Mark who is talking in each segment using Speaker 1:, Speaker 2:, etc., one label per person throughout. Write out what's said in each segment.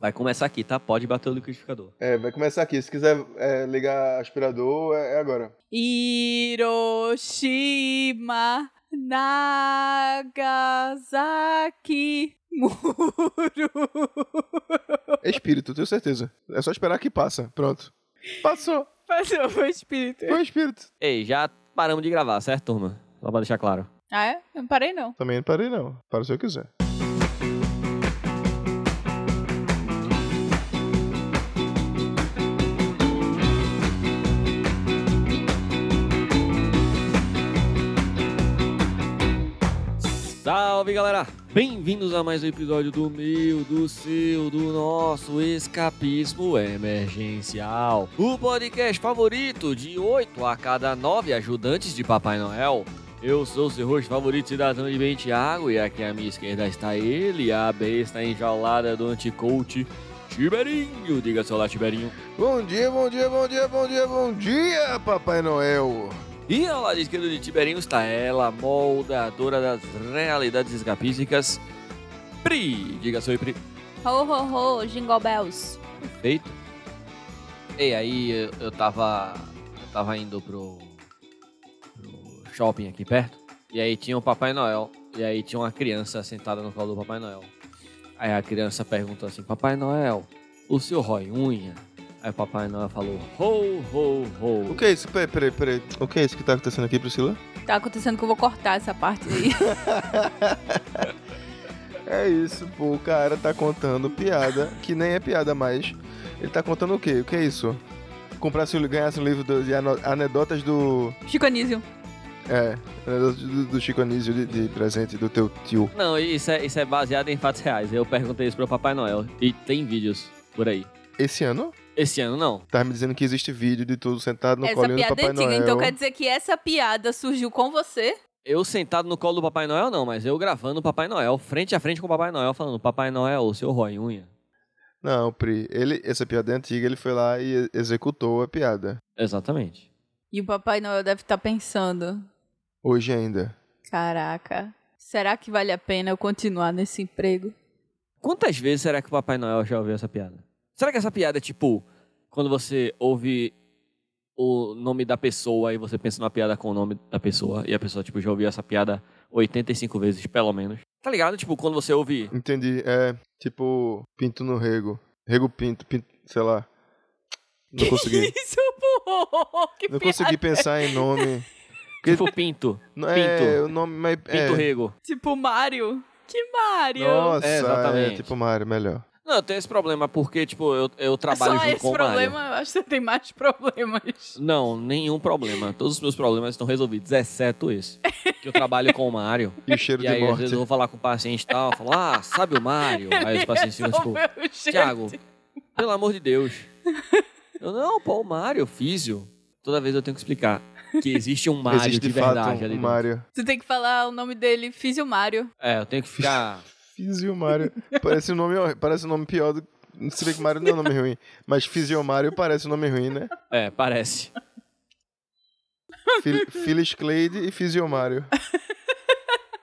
Speaker 1: Vai começar aqui, tá? Pode bater o liquidificador.
Speaker 2: É, vai começar aqui. Se quiser é, ligar aspirador, é, é agora.
Speaker 3: Hiroshima, Nagasaki, muro.
Speaker 4: É espírito, tenho certeza. É só esperar que passa. Pronto. Passou.
Speaker 3: Passou o espírito.
Speaker 4: Foi o espírito.
Speaker 1: Ei, já paramos de gravar, certo, turma? Só pra deixar claro.
Speaker 3: Ah, é? Eu não parei, não.
Speaker 4: Também não parei, não. Para o se eu quiser.
Speaker 1: Salve, galera! Bem-vindos a mais um episódio do meu, do seu, do nosso Escapismo Emergencial. O podcast favorito de 8 a cada 9 ajudantes de Papai Noel. Eu sou o seu host favorito, cidadão de Bem Thiago, e aqui à minha esquerda está ele, a besta enjaulada do anticoach Tiberinho. Diga seu lá, Tiberinho.
Speaker 4: Bom dia, bom dia, bom dia, bom dia, bom dia, Papai Noel.
Speaker 1: E ao lado esquerdo de Tiberinho está ela, moldadora das realidades escapísticas, Pri. Diga seu oi, Pri.
Speaker 3: Ho, ho, ho, Jingle Bells.
Speaker 1: Perfeito. E aí, eu, eu tava. Eu tava indo pro, pro shopping aqui perto. E aí tinha o Papai Noel. E aí tinha uma criança sentada no colo do Papai Noel. Aí a criança perguntou assim: Papai Noel, o seu rói unha? Aí o Papai Noel falou: Ho, ho, ho.
Speaker 4: O que é isso? Peraí, peraí, peraí. O que é isso que tá acontecendo aqui, Priscila?
Speaker 3: Tá acontecendo que eu vou cortar essa parte aí.
Speaker 4: É isso, pô. O cara tá contando piada, que nem é piada mais. Ele tá contando o quê? O que é isso? Comprasse, o- ganhasse um livro do- de ano- anedotas do.
Speaker 3: Chico Anísio.
Speaker 4: É, anedotas do, do Chico Anísio de, de presente do teu tio.
Speaker 1: Não, isso é, isso é baseado em fatos reais. Eu perguntei isso pro Papai Noel. E tem vídeos por aí.
Speaker 4: Esse ano?
Speaker 1: Esse ano não.
Speaker 4: Tava me dizendo que existe vídeo de tudo sentado no
Speaker 3: essa
Speaker 4: colinho do
Speaker 3: piada é
Speaker 4: Papai
Speaker 3: antiga,
Speaker 4: Noel.
Speaker 3: então quer dizer que essa piada surgiu com você?
Speaker 1: Eu sentado no colo do Papai Noel, não, mas eu gravando o Papai Noel, frente a frente com o Papai Noel, falando: Papai Noel, o seu rói unha.
Speaker 4: Não, Pri, ele, essa piada é antiga, ele foi lá e executou a piada.
Speaker 1: Exatamente.
Speaker 3: E o Papai Noel deve estar pensando:
Speaker 4: Hoje ainda.
Speaker 3: caraca, será que vale a pena eu continuar nesse emprego?
Speaker 1: Quantas vezes será que o Papai Noel já ouviu essa piada? Será que essa piada é tipo quando você ouve o nome da pessoa e você pensa numa piada com o nome da pessoa e a pessoa tipo já ouviu essa piada 85 vezes pelo menos? Tá ligado? Tipo quando você ouve
Speaker 4: Entendi, é tipo pinto no rego. Rego pinto, pinto, sei lá. Não consegui.
Speaker 3: Isso, pô! Que
Speaker 4: Não
Speaker 3: piada.
Speaker 4: consegui pensar em nome.
Speaker 1: tipo pinto,
Speaker 4: Não é
Speaker 1: Pinto.
Speaker 4: o nome, mas é.
Speaker 1: pinto rego.
Speaker 3: Tipo Mario. Que Mario?
Speaker 4: Nossa,
Speaker 1: É, exatamente.
Speaker 4: é tipo Mario, melhor.
Speaker 1: Não, eu tenho esse problema porque tipo eu, eu trabalho
Speaker 3: É Só
Speaker 1: junto
Speaker 3: esse
Speaker 1: com o Mario.
Speaker 3: problema, eu acho que você tem mais problemas.
Speaker 1: Não, nenhum problema. Todos os meus problemas estão resolvidos, exceto esse. Que eu trabalho com o Mário.
Speaker 4: E o cheiro
Speaker 1: E
Speaker 4: de
Speaker 1: aí, às
Speaker 4: morte.
Speaker 1: vezes, eu vou falar com o paciente e tal. eu falo, ah, sabe o Mário? Aí os
Speaker 3: É
Speaker 1: pacientes ficam tipo,
Speaker 3: Resolveu, gente.
Speaker 1: Thiago, pelo amor de Deus. Eu, não, pô, o Mário, físio. Toda vez eu tenho que explicar que existe um Mário
Speaker 4: Existe
Speaker 1: de
Speaker 4: de fato
Speaker 1: verdade ali
Speaker 4: um
Speaker 1: dentro.
Speaker 4: Mario.
Speaker 3: Você tem que falar o nome dele, Físio Mário.
Speaker 1: É, eu tenho que ficar.
Speaker 4: Fizio Mario. parece um nome, hor- parece um nome pior do se bem que Mario não é um nome ruim, mas Fizio Mario parece um nome ruim, né?
Speaker 1: É, parece.
Speaker 4: Phil- Phyllis Cleide e Fizio Mario.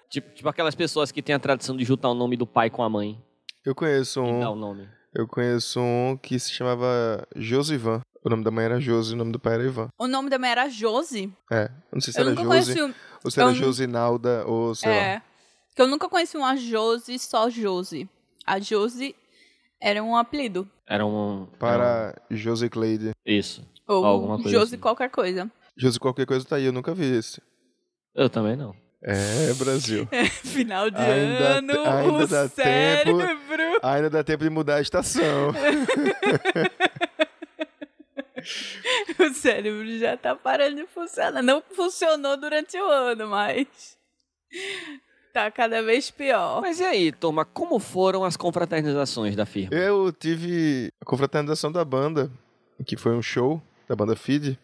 Speaker 1: Tipo, tipo aquelas pessoas que têm a tradição de juntar o nome do pai com a mãe
Speaker 4: Eu conheço
Speaker 1: e dar
Speaker 4: um,
Speaker 1: o nome.
Speaker 4: eu conheço um que se chamava Josivan. O nome da mãe era Josi, o nome do pai era Ivan.
Speaker 3: O nome da mãe era Josi.
Speaker 4: É, eu não sei se
Speaker 3: eu
Speaker 4: era
Speaker 3: nunca
Speaker 4: Josi,
Speaker 3: conheci um.
Speaker 4: ou se era
Speaker 3: eu nu-
Speaker 4: Josinalda, ou sei lá.
Speaker 3: É. Que eu nunca conheci uma Josi, só Josi. A Josi era um apelido.
Speaker 1: Era um. era um-
Speaker 4: Para Josi Cleide.
Speaker 1: Isso.
Speaker 3: Ou
Speaker 1: Alguma coisa
Speaker 3: Josi
Speaker 1: assim.
Speaker 3: qualquer coisa.
Speaker 4: Josi qualquer coisa tá aí, eu nunca vi esse.
Speaker 1: Eu também não.
Speaker 4: É, Brasil.
Speaker 3: Final de
Speaker 4: Ainda
Speaker 3: ano,
Speaker 4: te- ainda
Speaker 3: o
Speaker 4: dá tempo.
Speaker 3: cérebro.
Speaker 4: Ainda dá tempo de mudar a estação.
Speaker 3: O cérebro já tá parando de funcionar. Não funcionou durante o ano, mas. Tá cada vez pior.
Speaker 1: Mas e aí, turma, como foram as confraternizações da firma?
Speaker 4: Eu tive a confraternização da banda, que foi um show da banda Feed,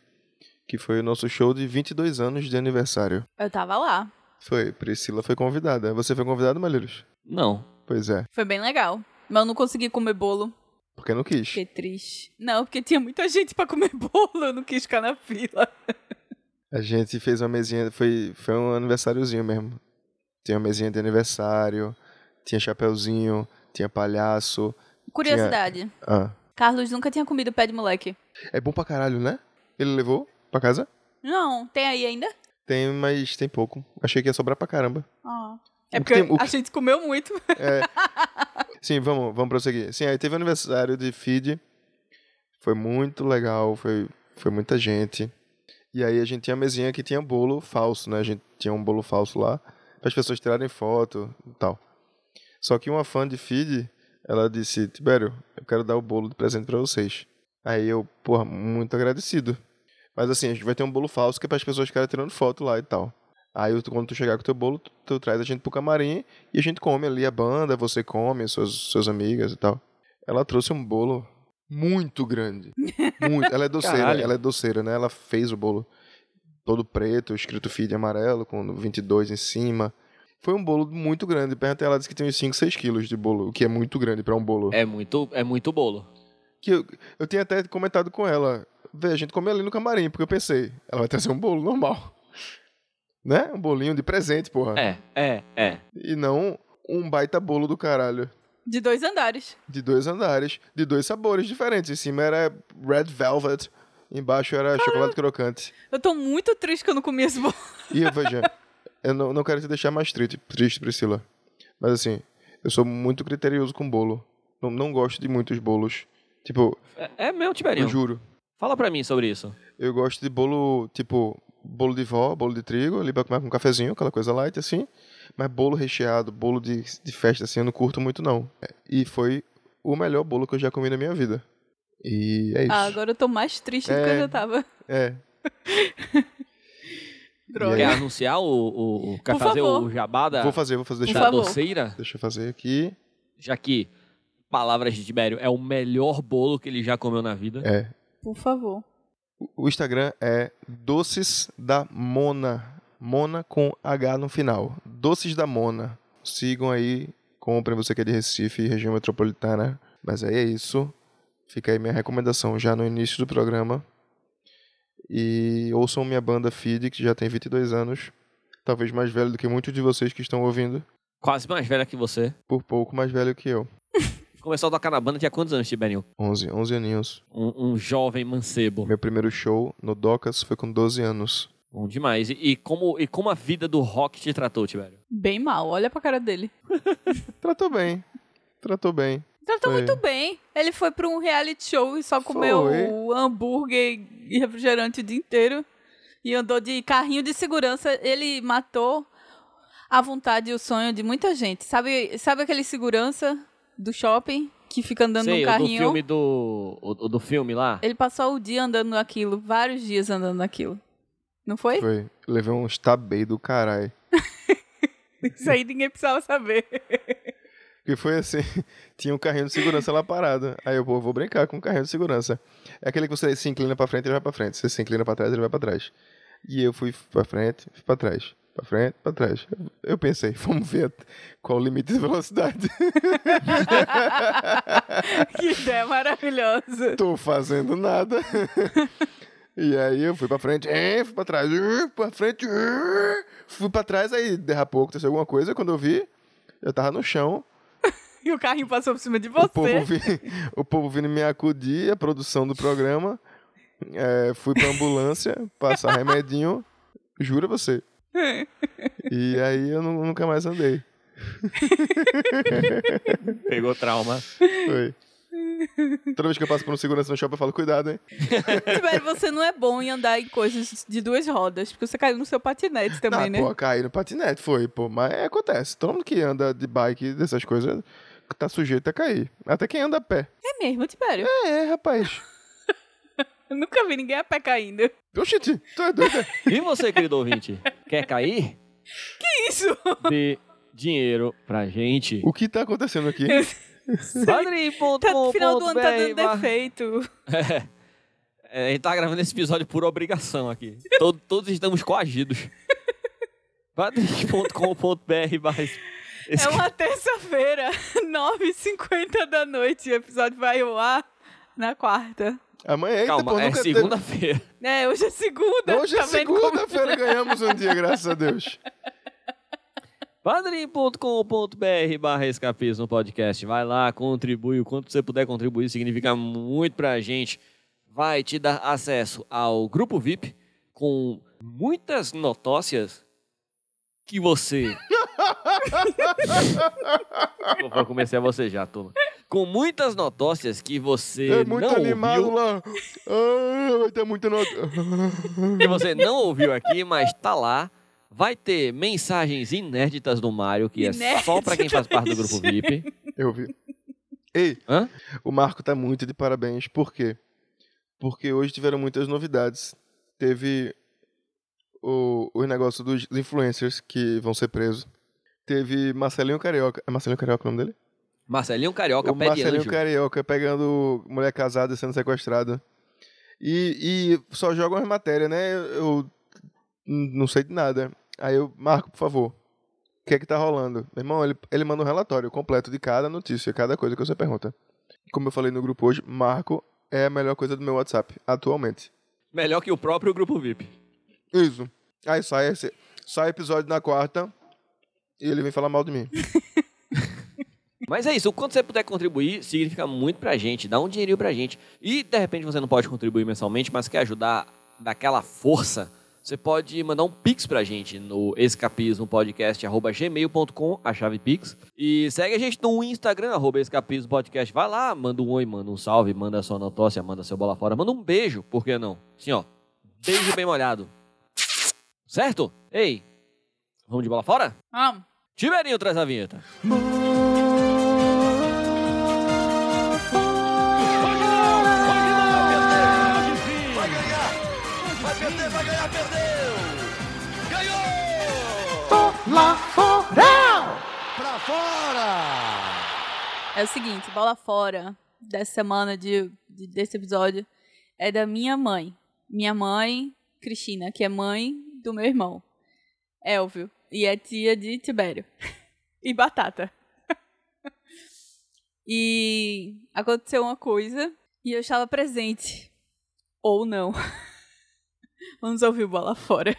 Speaker 4: que foi o nosso show de 22 anos de aniversário.
Speaker 3: Eu tava lá.
Speaker 4: Foi, Priscila foi convidada. Você foi convidado, Malheiros?
Speaker 1: Não.
Speaker 4: Pois é,
Speaker 3: Foi bem legal. Mas eu não consegui comer bolo.
Speaker 4: porque não quis.
Speaker 3: Fiquei triste. Não, porque tinha muita gente pra comer bolo. Eu não quis ficar na fila.
Speaker 4: A gente fez uma mesinha, foi, foi um aniversáriozinho mesmo. Tinha uma mesinha de aniversário, tinha chapeuzinho, tinha palhaço,
Speaker 3: Curiosidade.
Speaker 4: Ah.
Speaker 3: Carlos nunca tinha comido pé de moleque.
Speaker 4: É bom pra caralho, né? Ele levou pra casa?
Speaker 3: Não, tem aí ainda?
Speaker 4: Tem, mas tem pouco. Achei que ia sobrar pra caramba.
Speaker 3: É
Speaker 4: O que
Speaker 3: porque
Speaker 4: tem- o
Speaker 3: a gente comeu muito.
Speaker 4: Sim, vamos, vamos prosseguir. Sim, aí teve aniversário de feed. Foi muito legal, foi, foi muita gente. E aí a gente tinha a mesinha que tinha bolo falso, né? A gente tinha um bolo falso lá para as pessoas tirarem foto e tal. Só que uma fã de feed, ela disse: Tibério, eu quero dar o bolo de presente para vocês. Aí eu, porra, muito agradecido. Mas assim, a gente vai ter um bolo falso que é para as pessoas ficarem tirando foto lá e tal. Aí tu- quando tu chegar com o teu bolo, tu, tu traz a gente pro camarim e a gente come ali a banda, você come, suas, suas amigas e tal. Ela trouxe um bolo muito grande. Muito. Ela é doceira,
Speaker 1: Caralho.
Speaker 4: ela é doceira, né? Ela fez o bolo todo preto, escrito feed amarelo, com 22 em cima. Foi um bolo muito grande. Perguntei, ela disse que tem uns 5, 6 quilos de bolo, o que é muito grande pra um bolo.
Speaker 1: É muito, é muito bolo.
Speaker 4: Que eu, eu tinha até comentado com ela. Vê, a gente comeu ali no camarim, porque eu pensei, ela vai trazer um bolo normal. Né? Um bolinho de presente, porra.
Speaker 1: É, é, é.
Speaker 4: E não um baita bolo do caralho.
Speaker 3: De dois andares.
Speaker 4: De dois andares, de dois sabores diferentes. Em cima era red velvet, embaixo era chocolate crocante.
Speaker 3: Eu tô muito triste que eu não comi esse bolo.
Speaker 4: E eu, veja, eu não, não quero te deixar mais triste, triste, Priscila. Mas assim, eu sou muito criterioso com bolo. Não, não gosto de muitos bolos. Tipo,
Speaker 1: É, é mesmo,
Speaker 4: eu
Speaker 1: Tiberinho.
Speaker 4: juro.
Speaker 1: Fala pra mim sobre isso.
Speaker 4: Eu gosto de bolo, tipo, bolo de vó, bolo de trigo, ali pra comer com um cafezinho, aquela coisa light assim. Mas bolo recheado, bolo de, de festa assim, eu não curto muito não. E foi o melhor bolo que eu já comi na minha vida. E é isso.
Speaker 3: Ah, agora eu tô mais triste do que eu
Speaker 4: É.
Speaker 3: já tava.
Speaker 4: É.
Speaker 3: Droga.
Speaker 4: E
Speaker 1: Quer anunciar o. o, o- quer
Speaker 3: Por
Speaker 1: fazer
Speaker 3: favor.
Speaker 1: o jabá da,
Speaker 4: Vou fazer, vou fazer. Deixa,
Speaker 1: da
Speaker 4: eu-
Speaker 3: favor.
Speaker 1: doceira?
Speaker 4: deixa eu fazer aqui.
Speaker 1: Já que, palavras de Tibério, é o melhor bolo que ele já comeu na vida.
Speaker 4: É.
Speaker 3: Por favor.
Speaker 4: O- O Instagram é Doces da Mona. Mona com H no final. Doces da Mona. Sigam aí, comprem você que é de Recife, região metropolitana. Mas aí é isso. Fica aí minha recomendação já no início do programa. E ouçam minha banda Feed, que já tem 22 anos. Talvez mais velho do que muitos de vocês que estão ouvindo.
Speaker 1: Quase mais velha que você.
Speaker 4: Por pouco mais velho que eu.
Speaker 1: Começou a tocar na banda tinha quantos anos, Tiberinho?
Speaker 4: 11, 11 aninhos.
Speaker 1: Um, um jovem mancebo.
Speaker 4: Meu primeiro show no Docas foi com 12 anos.
Speaker 1: Bom demais. E, e como, e como a vida do rock te tratou, Tibério?
Speaker 3: Bem mal, olha pra cara dele.
Speaker 4: Tratou bem. Tratou bem.
Speaker 3: Tratou
Speaker 4: Foi.
Speaker 3: Então tá muito bem. Ele foi pra um reality show e só comeu
Speaker 4: Foi.
Speaker 3: hambúrguer e refrigerante o dia inteiro. E andou de carrinho de segurança. Ele matou a vontade e o sonho de muita gente. Sabe, sabe aquele segurança do shopping que fica andando
Speaker 1: Sei,
Speaker 3: num
Speaker 1: o do
Speaker 3: carrinho?
Speaker 1: filme do. O, o do filme lá?
Speaker 3: Ele passou o dia andando naquilo, vários dias andando naquilo. Não foi?
Speaker 4: Foi. Levei um estabei do caralho.
Speaker 3: Isso aí ninguém precisava saber.
Speaker 4: E foi assim, tinha um carrinho de segurança lá parado. Aí eu, pô, vou brincar com o carrinho de segurança. É aquele que você se inclina pra frente, ele vai pra frente. Você se inclina pra trás, ele vai pra trás. E eu fui pra frente, fui pra trás. Pra frente, pra trás. Eu pensei, vamos ver qual o limite de velocidade.
Speaker 3: que ideia maravilhosa.
Speaker 4: Tô fazendo nada. E aí eu fui pra frente, eh, fui pra trás, eh, pra frente, eh, fui pra trás, aí derrapou, aconteceu alguma coisa. Quando eu vi, eu tava no chão,
Speaker 3: E o carrinho passou por cima de
Speaker 4: O povo,
Speaker 3: você.
Speaker 4: vi, o povo vindo me acudir, a produção do programa. É, fui pra ambulância passar remedinho. Jura você. E aí eu nu- nunca mais andei.
Speaker 1: Pegou trauma.
Speaker 4: Foi. Toda vez que eu passo por um segurança no shopping, eu falo, cuidado, hein?
Speaker 3: Velho, você não é bom em andar em coisas de duas rodas, porque você caiu no seu patinete também,
Speaker 4: não,
Speaker 3: né?
Speaker 4: Ah, pô, caí no patinete, foi, pô. Mas é, acontece. Todo mundo que anda de bike, dessas coisas, tá sujeito a cair. Até quem anda a pé.
Speaker 3: É mesmo, Tibério.
Speaker 4: É, é, rapaz.
Speaker 3: Eu nunca vi ninguém a pé caindo.
Speaker 4: Oxente, tu é doido, né?
Speaker 1: E você, querido ouvinte? Quer cair?
Speaker 3: Isso!
Speaker 1: Dê dinheiro pra gente.
Speaker 4: O que tá acontecendo aqui?
Speaker 1: Padrim.com.br
Speaker 3: Tá no final do ano tá dando
Speaker 1: barra-
Speaker 3: defeito.
Speaker 1: É, a gente tá gravando esse episódio por obrigação aqui. Todo- todos estamos coagidos. padrim.com.br barra es- es-
Speaker 3: É uma terça-feira, 9h50 da noite. O episódio vai ao ar na quarta.
Speaker 4: Amanhã, eita,
Speaker 1: Calma,
Speaker 4: pô,
Speaker 1: é
Speaker 4: nunca teve-
Speaker 1: segunda-feira.
Speaker 3: É, hoje é segunda.
Speaker 4: Hoje
Speaker 3: tá
Speaker 4: é
Speaker 3: vendo como-
Speaker 4: segunda-feira, ganhamos um dia, graças a Deus.
Speaker 1: padrim.com.br barra escapismo podcast. Vai lá, contribui. O quanto você puder contribuir significa muito pra gente. Vai te dar acesso ao grupo VIP com muitas notócias que você... Por favor, comecei a bocejar, turma. Com muitas notócias que você
Speaker 4: É muito
Speaker 1: não
Speaker 4: animado
Speaker 1: ouviu,
Speaker 4: lá. Ah, vai ter muito no...
Speaker 1: que você não ouviu aqui, mas tá lá. Vai ter mensagens inéditas do Mário, que é só pra quem faz parte do grupo VIP.
Speaker 4: Eu vi. Ei,
Speaker 1: Hã?
Speaker 4: o Marco tá muito de parabéns. Por quê? Porque hoje tiveram muitas novidades. Teve o, o negócio dos influencers que vão ser presos. Teve Marcelinho Carioca. É Marcelinho Carioca o nome dele?
Speaker 1: Marcelinho é um Carioca,
Speaker 4: o
Speaker 1: pé de
Speaker 4: Marcelinho é um
Speaker 1: anjo.
Speaker 4: Carioca pegando mulher casada sendo sequestrada. E, e só jogam as matérias, né? Eu, eu não sei de nada. Aí eu, Marco, por favor, o que é que tá rolando? Meu irmão, ele, ele manda um relatório completo de cada notícia, cada coisa que você pergunta. Como eu falei no grupo hoje, Marco é a melhor coisa do meu WhatsApp, atualmente.
Speaker 1: Melhor que o próprio grupo VIP.
Speaker 4: Isso. Aí sai, esse- sai episódio na quarta e ele vem falar mal de mim.
Speaker 1: Mas é isso, o quanto você puder contribuir significa muito pra gente, dá um dinheirinho pra gente. E de repente você não pode contribuir mensalmente, mas quer ajudar daquela força, você pode mandar um pix pra gente no escapismopodcast.gmail.com, a chave pix. E segue a gente no Instagram, arroba escapismopodcast. Vai lá, manda um oi, manda um salve, manda sua notócia, manda seu bola fora, manda um beijo, por que não? Assim, ó, beijo bem molhado. Certo? Ei, vamos de bola fora?
Speaker 3: Vamos.
Speaker 1: Tiberinho traz a vinheta.
Speaker 3: É o seguinte, bola fora dessa semana de, de- desse episódio é da minha mãe. Minha mãe, Cristina, que é mãe do meu irmão, Elvio, e é tia de Tibério e Batata. E aconteceu uma coisa e eu estava presente. Ou não. Vamos ouvir o bola fora.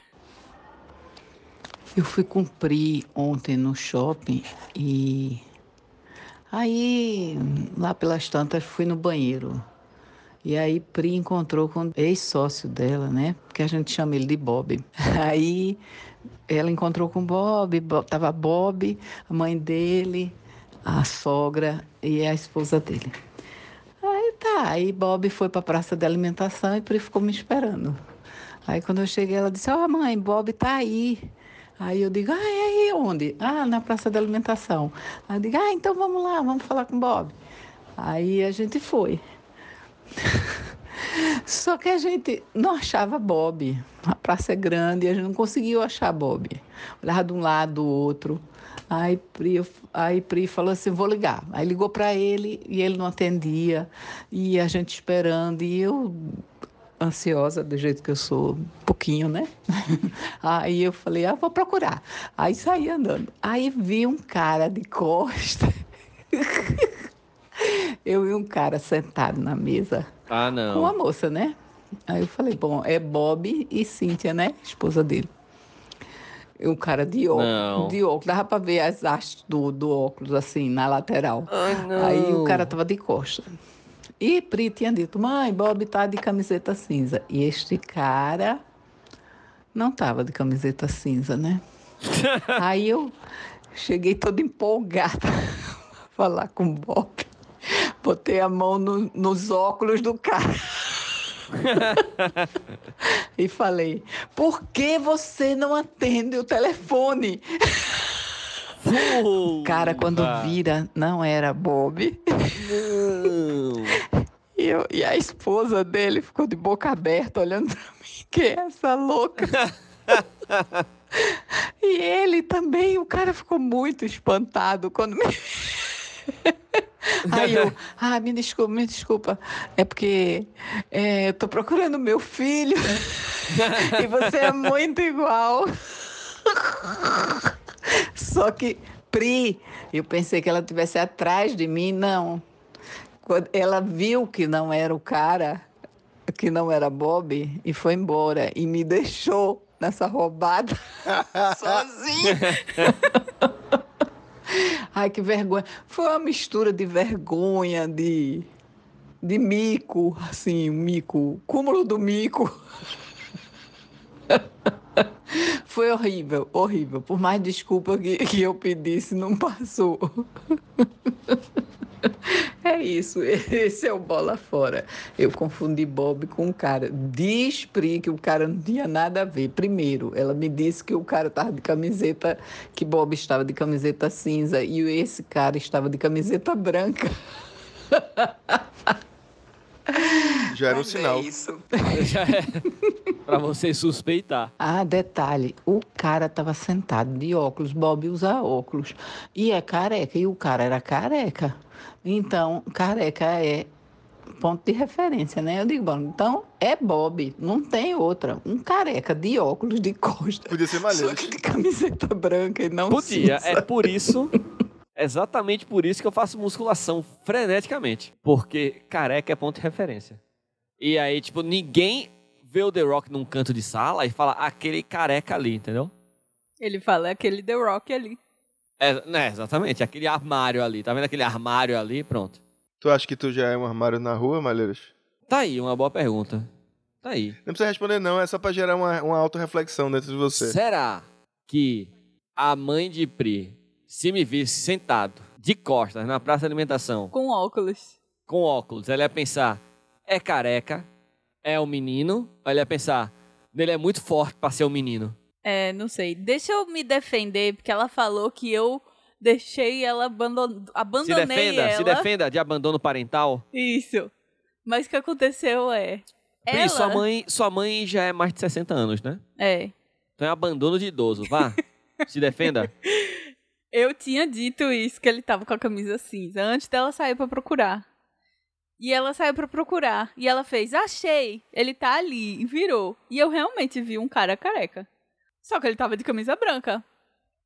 Speaker 5: Eu fui cumprir ontem no shopping e aí lá pelas tantas fui no banheiro. E aí Pri encontrou com o ex-sócio dela, né? Porque a gente chama ele de Bob. Aí ela encontrou com o Bob, Bo- tava Bob, a mãe dele, a sogra e a esposa dele. Aí tá, aí Bob foi pra praça de alimentação e Pri ficou me esperando. Aí quando eu cheguei, ela disse: Ó, mãe, Bob tá aí. Aí eu digo: Ah, é aí onde? Ah, na praça da alimentação. Aí eu digo: Ah, então vamos lá, vamos falar com Bob. Aí a gente foi. Só que a gente não achava Bob. A praça é grande, a gente não conseguiu achar Bob. Olhava de um lado, do outro. Aí Pri, aí Pri falou assim: vou ligar. Aí ligou para ele e ele não atendia. E a gente esperando. E eu, ansiosa do jeito que eu sou, um pouquinho, né? aí eu falei: ah, vou procurar. Aí saí andando. Aí vi um cara de costa. eu vi um cara sentado na mesa
Speaker 1: Ah, não.
Speaker 5: com a moça, né? Aí eu falei, bom, é Bob e Cíntia, né? Esposa dele. E Um cara de
Speaker 1: Não.
Speaker 5: óculos, de óculos. Dava pra ver as hastes do, do óculos, assim, na lateral. Aí o cara tava de costa. E Pri tinha dito, mãe, Bob tá de camiseta cinza. E este cara não tava de camiseta cinza, né? Aí eu cheguei toda empolgada pra falar com o Bob. Botei a mão no- nos óculos do cara e falei: Por que você não atende o telefone?
Speaker 1: Porra!
Speaker 5: Cara, quando
Speaker 1: Ah.
Speaker 5: vira, não era Bob.
Speaker 1: Não.
Speaker 5: E, eu- e a esposa dele ficou de boca aberta olhando pra mim, que é essa louca. e ele também, o cara ficou muito espantado quando me. Aí eu, ah, me desculpa, me desculpa. É porque é, eu tô procurando meu filho e você é muito igual. Só que, Pri, eu pensei que ela estivesse atrás de mim, não. Quando ela viu que não era o cara, que não era Bob, e foi embora e me deixou nessa roubada sozinha. Ai, que vergonha. Foi uma mistura de vergonha, de, de mico, assim, mico, cúmulo do mico. Foi horrível, horrível. Por mais desculpa que, que eu pedisse, não passou. É isso, esse é o bola fora. Eu confundi Bob com o cara. Diz Pri que o cara não tinha nada a ver. Primeiro, ela me disse que o cara estava de camiseta, que Bob estava de camiseta cinza e esse cara estava de camiseta branca.
Speaker 4: Já era um sinal.
Speaker 5: É isso.
Speaker 1: Já é. pra você suspeitar.
Speaker 5: Ah, detalhe, o cara estava sentado de óculos, Bob usa óculos, e é careca, e o cara era careca. Então, careca é ponto de referência, né? Eu digo, bom, então é Bob, não tem outra. Um careca de óculos de costa,
Speaker 4: Podia ser
Speaker 5: só
Speaker 4: malheiros.
Speaker 5: que de camiseta branca e não
Speaker 1: Podia,
Speaker 5: cinza.
Speaker 1: é por isso. Exatamente por isso que eu faço musculação freneticamente. Porque careca é ponto de referência. E aí, tipo, ninguém vê o The Rock num canto de sala e fala aquele careca ali, entendeu?
Speaker 3: Ele fala aquele The Rock ali.
Speaker 1: É, né, exatamente, aquele armário ali. Tá vendo aquele armário ali? Pronto.
Speaker 4: Tu acha que tu já é um armário na rua, malheiros?
Speaker 1: Tá aí, uma boa pergunta. Tá aí.
Speaker 4: Não precisa responder, não. É só pra gerar uma, uma autorreflexão dentro de você.
Speaker 1: Será que a mãe de Pri, se me visse sentado de costas na praça de alimentação
Speaker 3: Com óculos.
Speaker 1: com óculos, ela ia pensar, é careca, é um menino, ou ela ia pensar, ele é muito forte pra ser um menino.
Speaker 3: É, não sei. Deixa eu me defender, porque ela falou que eu deixei ela abandon...
Speaker 1: Se
Speaker 3: abandonei
Speaker 1: defenda,
Speaker 3: ela.
Speaker 1: se defenda de abandono parental.
Speaker 3: Isso. Mas o que aconteceu é.
Speaker 1: Pri,
Speaker 3: ela...
Speaker 1: sua mãe, sua mãe já é mais de 60 anos, né?
Speaker 3: É.
Speaker 1: Então é abandono de idoso, vá. se defenda.
Speaker 3: Eu tinha dito isso, que ele tava com a camisa cinza, antes dela sair pra procurar. E ela saiu pra procurar. E ela fez, achei! Ele tá ali. E virou. E eu realmente vi um cara careca. Só que ele tava de camisa branca.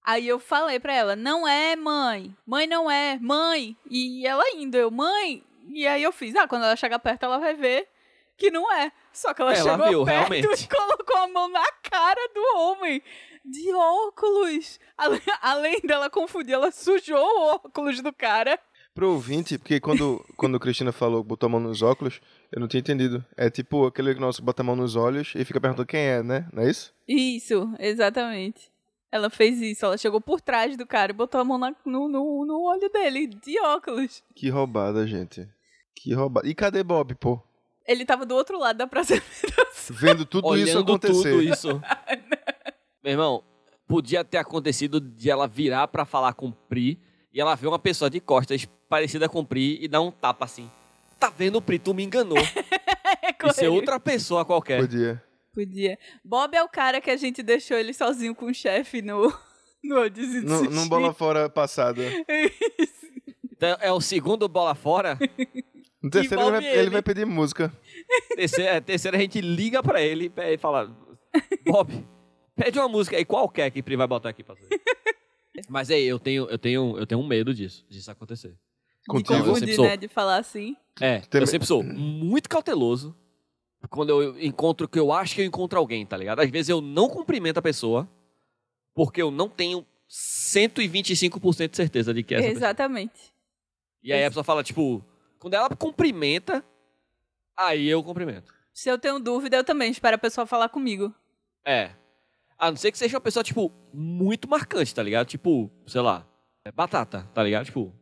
Speaker 3: Aí eu falei pra ela, não é, mãe. Mãe não é, mãe. E ela indo, eu, mãe. E aí eu fiz, ah, quando ela chegar perto, ela vai ver que não é. Só que ela,
Speaker 1: Ela
Speaker 3: chegou
Speaker 1: viu,
Speaker 3: perto
Speaker 1: realmente.
Speaker 3: e colocou a mão na cara do homem. De óculos. Ale- Além dela confundir, ela sujou o óculos do cara.
Speaker 4: Pro ouvinte, porque quando, quando a Cristina falou que botou a mão nos óculos, eu não tinha entendido. É tipo aquele nosso bota a mão nos olhos e fica perguntando quem é, né? Não é isso?
Speaker 3: Isso, exatamente. Ela fez isso, ela chegou por trás do cara e botou a mão na- no, no, no olho dele, de óculos.
Speaker 4: Que roubada, gente. Que roubada. E cadê Bob, pô?
Speaker 3: Ele tava do outro lado da praça.
Speaker 4: Vendo tudo isso
Speaker 1: Olhando
Speaker 4: acontecer.
Speaker 1: tudo isso. Meu irmão, podia ter acontecido de ela virar pra falar com Pri e ela vê uma pessoa de costas parecida com Pri e dá um tapa assim. Tá vendo, Pri? Tu me enganou.
Speaker 3: com
Speaker 1: Isso é
Speaker 3: ele.
Speaker 1: outra pessoa qualquer.
Speaker 4: Podia.
Speaker 3: Podia. Bob é o cara que a gente deixou ele sozinho com o chefe no. No Odyssey
Speaker 4: Num num bola fora passada.
Speaker 1: Então, é o segundo bola fora.
Speaker 4: No terceiro ele
Speaker 3: Envolve
Speaker 4: vai, ele
Speaker 3: ele.
Speaker 4: vai pedir música.
Speaker 1: Terceira, é, terceira a gente liga pra ele e pe- e fala: Bob, pede uma música aí qualquer que Pri vai botar aqui pra você. Mas aí, eu tenho, eu tenho, eu tenho um medo disso, disso acontecer.
Speaker 3: De
Speaker 4: Contigo.
Speaker 1: Não, eu sempre
Speaker 3: confundir,
Speaker 1: sou.
Speaker 3: né? De falar assim.
Speaker 1: É,
Speaker 4: Também-
Speaker 1: eu sempre sou muito cauteloso quando eu encontro que eu acho que eu encontro alguém, tá ligado? Às vezes eu não cumprimento a pessoa porque eu não tenho 125% de certeza de que é essa pessoa.
Speaker 3: Exatamente.
Speaker 1: E aí a pessoa fala, tipo, quando ela cumprimenta, aí eu cumprimento.
Speaker 3: Se eu tenho dúvida, eu também espero a pessoa falar comigo.
Speaker 1: É. A não ser que seja uma pessoa, tipo, muito marcante, tá ligado? Tipo, sei lá, é batata, tá ligado? Tipo,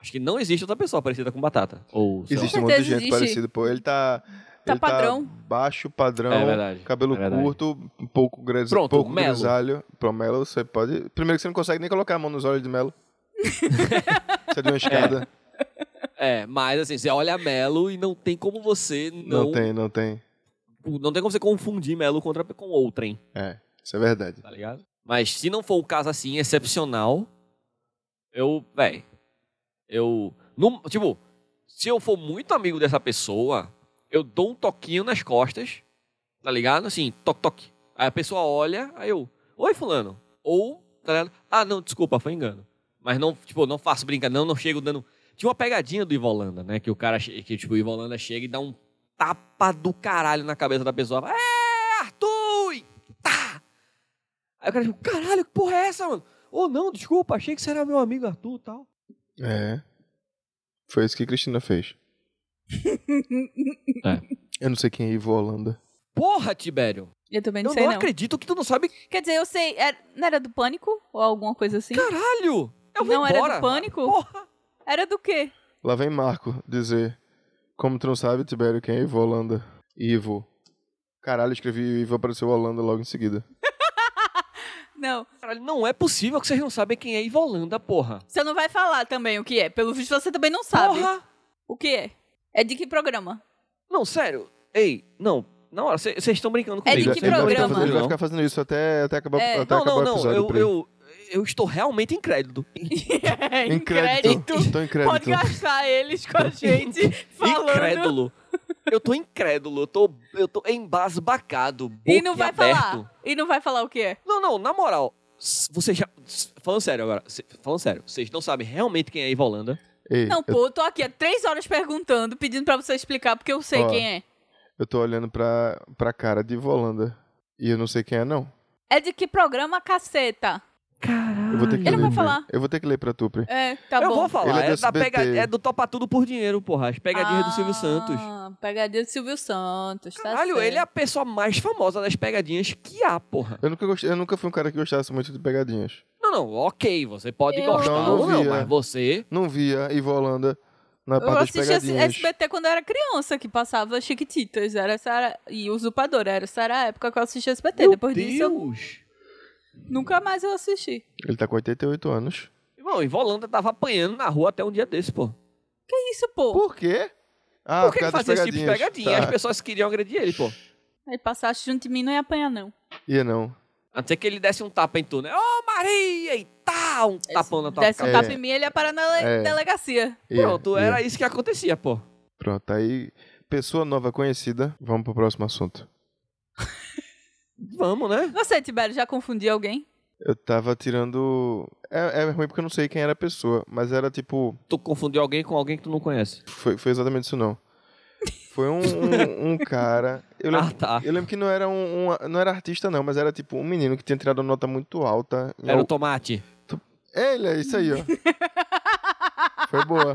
Speaker 1: acho que não existe outra pessoa parecida com batata. Ou, sei lá.
Speaker 4: Existe
Speaker 3: Com
Speaker 4: um monte de
Speaker 3: certeza
Speaker 4: gente
Speaker 3: existe.
Speaker 4: parecido, pô. Ele tá.
Speaker 3: Tá
Speaker 4: ele
Speaker 3: padrão.
Speaker 4: baixo padrão.
Speaker 1: É verdade,
Speaker 4: Cabelo
Speaker 1: é verdade.
Speaker 4: curto, um pouco, gres...
Speaker 1: Pronto,
Speaker 4: pouco
Speaker 1: Melo.
Speaker 4: grisalho. Pro Melo, você pode. Primeiro que você não consegue nem colocar a mão nos olhos de Melo. você é de uma escada.
Speaker 1: É, mas assim, você olha Melo e não tem como você
Speaker 4: Não.
Speaker 1: não,
Speaker 4: tem, não tem.
Speaker 1: não tem como você confundir Melo contra, com outrem,
Speaker 4: É, isso é verdade.
Speaker 1: tá ligado? Mas se não for um caso assim excepcional, eu, véi, eu, não, tipo, se eu for muito amigo dessa pessoa, eu dou um toquinho nas costas, tá ligado? Assim, toque, toque. Aí a pessoa olha, aí eu, oi fulano, ou, tá ligado? Ah, não, desculpa, foi engano. Mas não, tipo, não faço brincadeira, não, não chego dando... Tinha uma pegadinha do Ivolanda, né? Que o cara, che- que tipo, o Ivolanda chega e dá um tapa do caralho na cabeça da pessoa. Fala, é, Arthur! E Tá! Aí o cara, tipo, caralho, que porra é essa, mano? Ô, não, desculpa, achei que você era meu amigo Arthur e tal.
Speaker 4: É. Foi isso que Cristina fez.
Speaker 1: É.
Speaker 4: Eu não sei quem é Ivo Holanda.
Speaker 1: Porra, Tibério!
Speaker 3: Eu também não
Speaker 1: Eu
Speaker 3: sei,
Speaker 1: não
Speaker 3: não.
Speaker 1: acredito que tu não sabe.
Speaker 3: Quer dizer, eu sei. era- não era do pânico? Ou alguma coisa assim?
Speaker 1: Caralho! Eu vou
Speaker 3: não
Speaker 1: embora.
Speaker 3: era do pânico?
Speaker 1: Porra!
Speaker 3: Era do quê?
Speaker 4: Lá vem Marco dizer: Como tu não sabe, Tibério, quem é Ivo Holanda? Ivo. Caralho, escrevi Ivo, apareceu Holanda logo em seguida.
Speaker 3: Não.
Speaker 1: Caralho, não é possível que vocês não sabem quem é Ivolanda, porra.
Speaker 3: Você não vai falar também o que é. Pelo visto, você também não sabe
Speaker 1: Porra!
Speaker 3: o que é. É de que programa?
Speaker 1: Não, sério. Ei, não. Na hora, vocês estão brincando
Speaker 3: É de
Speaker 1: comigo.
Speaker 3: que
Speaker 4: ele, vai ficar
Speaker 3: programa?
Speaker 4: fazendo, ele vai
Speaker 1: Não.
Speaker 4: ficar fazendo isso até, até acabar,
Speaker 3: É.
Speaker 4: até
Speaker 1: Não,
Speaker 4: acabar
Speaker 1: não,
Speaker 4: o
Speaker 1: não.
Speaker 4: episódio.
Speaker 1: Eu,
Speaker 4: por aí.
Speaker 1: eu, eu estou realmente incrédulo.
Speaker 4: Incrédito. Estou
Speaker 3: É, Pode
Speaker 4: incrédito.
Speaker 3: gastar eles com a gente falando.
Speaker 1: Incrédulo. Eu tô incrédulo. Eu tô, eu tô embasbacado.
Speaker 3: E não vai
Speaker 1: boquiaberto.
Speaker 3: falar. E não vai falar o que é.
Speaker 1: Não, não, na moral. s- Vocês já. s- Falando sério agora. se- Falando sério. Vocês não sabem realmente quem é Ivolanda.
Speaker 4: Ei,
Speaker 3: Não,
Speaker 4: eu,
Speaker 3: pô, eu tô aqui há três horas perguntando, pedindo pra você explicar, porque eu sei
Speaker 4: Ó.
Speaker 3: quem é.
Speaker 4: eu tô olhando pra, pra cara de Ivo Holanda. E eu não sei quem é, não.
Speaker 3: É de que programa, caceta?
Speaker 1: Caralho.
Speaker 4: Eu vou ter que
Speaker 3: Ele
Speaker 4: ler.
Speaker 3: não vai
Speaker 4: Pri.
Speaker 3: falar.
Speaker 4: Eu vou ter que ler pra tu, Pri.
Speaker 3: É, tá
Speaker 1: eu
Speaker 3: bom.
Speaker 1: vou falar.
Speaker 4: Ele é do
Speaker 1: É, da
Speaker 4: SBT.
Speaker 1: pega, é do Topa Tudo por Dinheiro, porra. As pegadinhas do Silvio Santos.
Speaker 3: Ah, Pegadinha do Silvio Santos, tá
Speaker 1: Caralho,
Speaker 3: certo.
Speaker 1: ele é a pessoa mais famosa das pegadinhas que há, porra.
Speaker 4: Eu nunca, gostei, eu nunca fui um cara que gostasse muito de pegadinhas.
Speaker 1: Não, não, ok, você pode
Speaker 3: Eu-
Speaker 1: gostar
Speaker 4: Não, não
Speaker 1: ou não,
Speaker 4: via.
Speaker 1: mas você.
Speaker 4: Não via Ivo Holanda na
Speaker 3: Eu
Speaker 4: parte das
Speaker 3: assistia esse-
Speaker 4: pegadinhas.
Speaker 3: SBT quando eu era criança, que passava Chiquititas era essa era- e Usurpadora. Era essa era a época que eu assistia SBT. Depois disso, eu-
Speaker 1: Deus!
Speaker 3: nunca mais eu assisti.
Speaker 4: Ele tá com 88 anos.
Speaker 1: Irmão, e Volanda tava apanhando na rua até um dia desse, pô.
Speaker 3: Que É isso, pô?
Speaker 4: Por quê? Ah,
Speaker 1: Por que ele
Speaker 4: causa das
Speaker 1: fazia esse tipo de pegadinha? As
Speaker 4: Tá.
Speaker 1: pessoas queriam agredir ele, pô.
Speaker 3: Aí passaste junto de mim não ia apanhar, não.
Speaker 4: Ia Tá. não.
Speaker 1: A não ser que ele desse um tapa em tu, né? Ô, Maria! E tá! Um tapão na tua
Speaker 3: Desse um
Speaker 1: cara.
Speaker 4: É.
Speaker 3: tapa em mim, ele ia parar na le-
Speaker 4: É.
Speaker 3: delegacia.
Speaker 4: Ia,
Speaker 1: Pronto,
Speaker 4: ia.
Speaker 1: era isso que acontecia, pô.
Speaker 4: Pronto, aí. Pessoa nova conhecida. Vamos pro próximo assunto.
Speaker 1: Vamos, né?
Speaker 3: Você, Tibério, já confundiu alguém?
Speaker 4: Eu tava tirando. É, é ruim porque eu não sei quem era a pessoa, mas era tipo.
Speaker 1: Tu confundiu alguém com alguém que tu não conhece.
Speaker 4: Foi, foi exatamente isso, não. Foi um, um, um cara. Eu lembro,
Speaker 1: Ah, tá.
Speaker 4: eu lembro que não era um, um- Não era artista, não, mas era tipo um menino que tinha tirado uma nota muito alta. em
Speaker 1: Era o
Speaker 4: al-
Speaker 1: tomate.
Speaker 4: Ele, é isso aí, ó. Foi boa.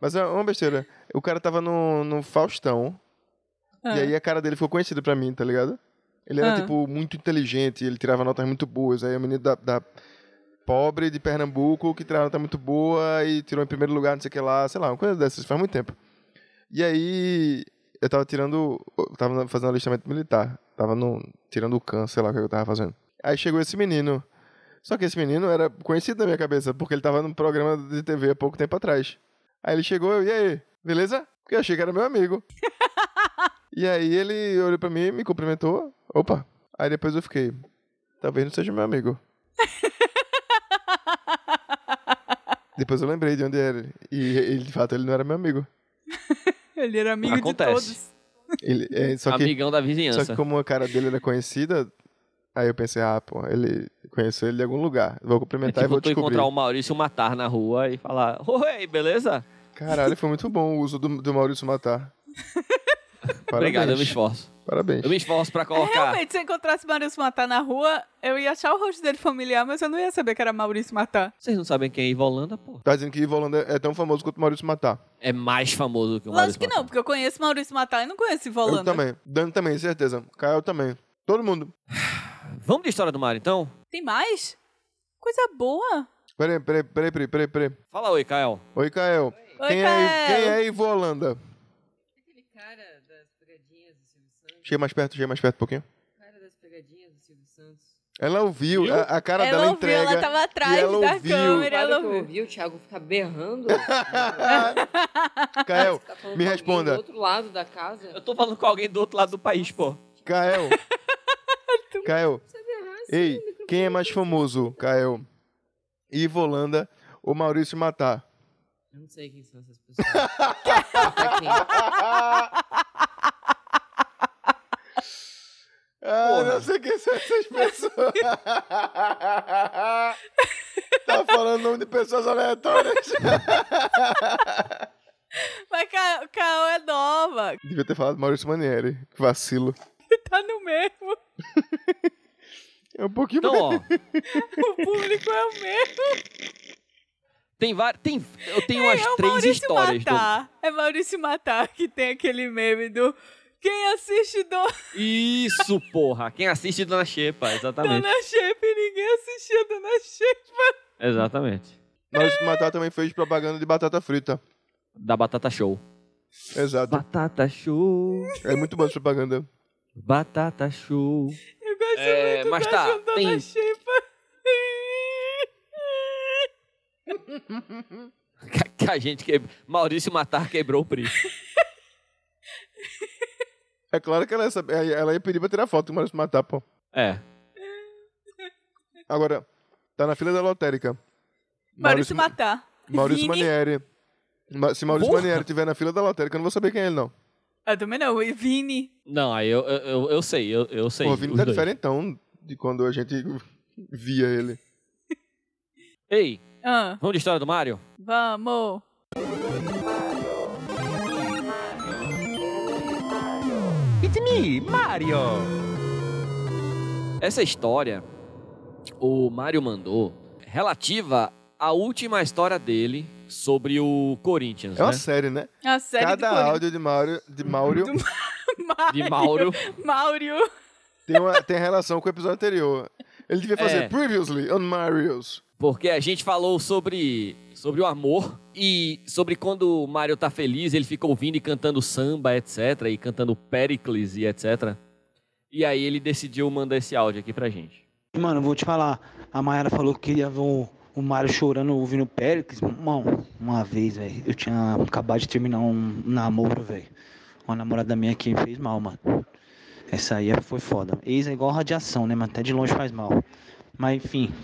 Speaker 4: Mas é uma besteira. O cara tava no, no Faustão.
Speaker 3: Ah.
Speaker 4: E aí a cara dele ficou conhecida pra mim, tá ligado? Ele era,
Speaker 3: Ah.
Speaker 4: tipo, muito inteligente, ele tirava notas muito boas. Aí o menino da, da pobre de Pernambuco, que tirava nota muito boa e tirou em primeiro lugar, não sei o que lá, sei lá, uma coisa dessas, faz muito tempo. E aí eu tava tirando. Eu tava fazendo alistamento militar. Tava no, tirando o câncer, sei lá o que eu tava fazendo. Aí chegou esse menino. Só que esse menino era conhecido na minha cabeça, porque ele tava num programa de TV há pouco tempo atrás. Aí ele chegou, eu, e aí, beleza? Porque eu achei que era meu amigo. e aí ele olhou pra mim, me cumprimentou, opa. Aí depois eu fiquei, talvez não seja meu amigo. depois eu lembrei de onde era ele. E ele, de fato, ele não era meu amigo.
Speaker 3: Ele era amigo
Speaker 1: Acontece.
Speaker 3: de todos.
Speaker 4: Ele, é, só que
Speaker 1: Amigão da
Speaker 4: só
Speaker 1: vizinhança. É
Speaker 4: que como a cara dele era conhecida, aí eu pensei, ah, pô, ele conheceu ele de algum lugar. Vou
Speaker 1: É
Speaker 4: cumprimentar e
Speaker 1: tipo
Speaker 4: vou
Speaker 1: tu
Speaker 4: descobrir.
Speaker 1: encontrar o Maurício Matar na rua e falar, oi, beleza?
Speaker 4: Caralho, foi muito bom o uso do, do Maurício Matar. Parabéns.
Speaker 1: Obrigado, eu me esforço.
Speaker 4: Parabéns.
Speaker 1: Eu me esforço pra colocar.
Speaker 3: É, Realmente, se eu encontrasse Maurício Matar na rua, eu ia achar o rosto dele familiar, mas eu não ia saber que era Maurício Matar.
Speaker 1: Vocês não sabem quem é Ivolanda, pô.
Speaker 4: Tá dizendo que Ivo Holanda é tão famoso quanto Maurício Matar.
Speaker 1: É mais famoso que o Maurício
Speaker 3: Lógico que não, porque eu conheço Maurício Matar e não conheço Volanda.
Speaker 4: Eu também. Dani também, certeza. Caio também. Todo mundo.
Speaker 1: Matar. Vamos de História do Mar, então?
Speaker 3: Tem mais? Coisa boa.
Speaker 4: Peraí, peraí, peraí, peraí, peraí. peraí.
Speaker 1: Fala oi, Kael.
Speaker 4: Oi, Caio.
Speaker 3: Oi,
Speaker 4: quem, É,
Speaker 3: Caio.
Speaker 4: quem é Ivo Holanda?
Speaker 6: Aquele cara das pegadinhas do Silvio Santos.
Speaker 4: Chega mais perto, chega mais perto um pouquinho.
Speaker 6: O cara das pegadinhas do Silvio Santos.
Speaker 4: Ela ouviu,
Speaker 1: Viu?
Speaker 4: A, a cara
Speaker 3: ela
Speaker 4: dela
Speaker 3: ouviu,
Speaker 4: entrega.
Speaker 3: ela tava atrás
Speaker 4: ela
Speaker 3: da
Speaker 4: ouviu.
Speaker 3: câmera,
Speaker 6: Claro
Speaker 3: ela
Speaker 6: que eu
Speaker 3: ouviu.
Speaker 6: ouvi o Thiago ficar berrando.
Speaker 4: Caio,
Speaker 6: Tá falando
Speaker 4: me
Speaker 6: com alguém
Speaker 4: responda.
Speaker 6: Do outro lado da casa.
Speaker 1: Eu tô falando com alguém do outro lado do país, pô.
Speaker 4: Caio. Caio. Ei, quem é mais famoso, Caio? Ivo Holanda ou Maurício Matar?
Speaker 6: Eu não sei quem são essas pessoas. Tá quem?
Speaker 4: Ah,
Speaker 1: Porra.
Speaker 4: não sei quem são essas pessoas. tá falando nome de pessoas aleatórias.
Speaker 3: Mas Ca- Caô é nova.
Speaker 4: Devia ter falado Maurício Manieri. Que Vacilo.
Speaker 3: Tá no mesmo.
Speaker 4: É um pouquinho
Speaker 1: Então, ó.
Speaker 3: O público é o mesmo.
Speaker 1: Tem várias. Tem, eu tenho umas
Speaker 3: É o
Speaker 1: três
Speaker 3: Maurício
Speaker 1: histórias. do-
Speaker 3: Matar. É Maurício Matar que tem aquele meme do quem assiste Dona
Speaker 1: Isso, porra! Quem assiste Dona Xepa, exatamente.
Speaker 3: É. Shape, ninguém assistia Dona Shape.
Speaker 1: Exatamente.
Speaker 4: Maurício Matar também fez propaganda de batata frita.
Speaker 1: Da Batata Show.
Speaker 4: Exato.
Speaker 1: Batata Show.
Speaker 4: É muito boa essa propaganda.
Speaker 1: Batata Show.
Speaker 3: Eu gosto
Speaker 1: É,
Speaker 3: muito
Speaker 1: mas
Speaker 3: da
Speaker 1: tá,
Speaker 3: Dona
Speaker 1: tem-
Speaker 3: Shape.
Speaker 1: Que a gente quebrou. Maurício Matar quebrou o Pri.
Speaker 4: É claro que ela ia, saber- ela ia pedir pra tirar foto com o Maurício Matar, pô.
Speaker 1: É.
Speaker 4: Agora, tá na fila da lotérica.
Speaker 3: Maurício
Speaker 4: Maurício Ma-
Speaker 3: Matar.
Speaker 4: Maurício
Speaker 3: Vini.
Speaker 4: Manieri. Ma- Se Maurício
Speaker 1: Porra!
Speaker 4: Manieri estiver na fila da lotérica, eu não vou saber quem é ele, não.
Speaker 3: Eu Ah, também não, e Vini.
Speaker 1: Não, aí eu, eu, eu- eu sei, eu, eu sei.
Speaker 4: Pô, o Vini
Speaker 1: os
Speaker 4: tá
Speaker 1: dois.
Speaker 4: diferentão de quando a gente via ele.
Speaker 1: Ei,
Speaker 3: Ah,
Speaker 1: vamos de história do Mario?
Speaker 3: vamos.
Speaker 1: Essa história o Mário mandou relativa à última história dele sobre o Corinthians,
Speaker 4: É uma
Speaker 1: né?
Speaker 4: série, né?
Speaker 3: A série
Speaker 4: Cada
Speaker 3: do
Speaker 4: áudio de Mauro, de Mauro
Speaker 3: Corinthians.
Speaker 1: De Mauro.
Speaker 3: Mauro.
Speaker 4: tem, uma, tem relação com o episódio anterior. Ele devia fazer
Speaker 1: É.
Speaker 4: Previously on Mario's.
Speaker 1: Porque a gente falou sobre, sobre o amor e sobre quando o Mário tá feliz, ele fica ouvindo e cantando samba, etc. E cantando Pericles e etc. E aí ele decidiu mandar esse áudio aqui pra gente.
Speaker 7: Mano, eu vou te falar. A Mayara falou que queria ver o, o Mário chorando ouvindo o Péricles. Mano, uma vez, velho, eu tinha acabado de terminar um namoro, velho. Uma namorada minha que fez mal, mano. Essa aí foi foda. Ex é igual radiação, né, mano? Até de longe faz mal. Mas enfim.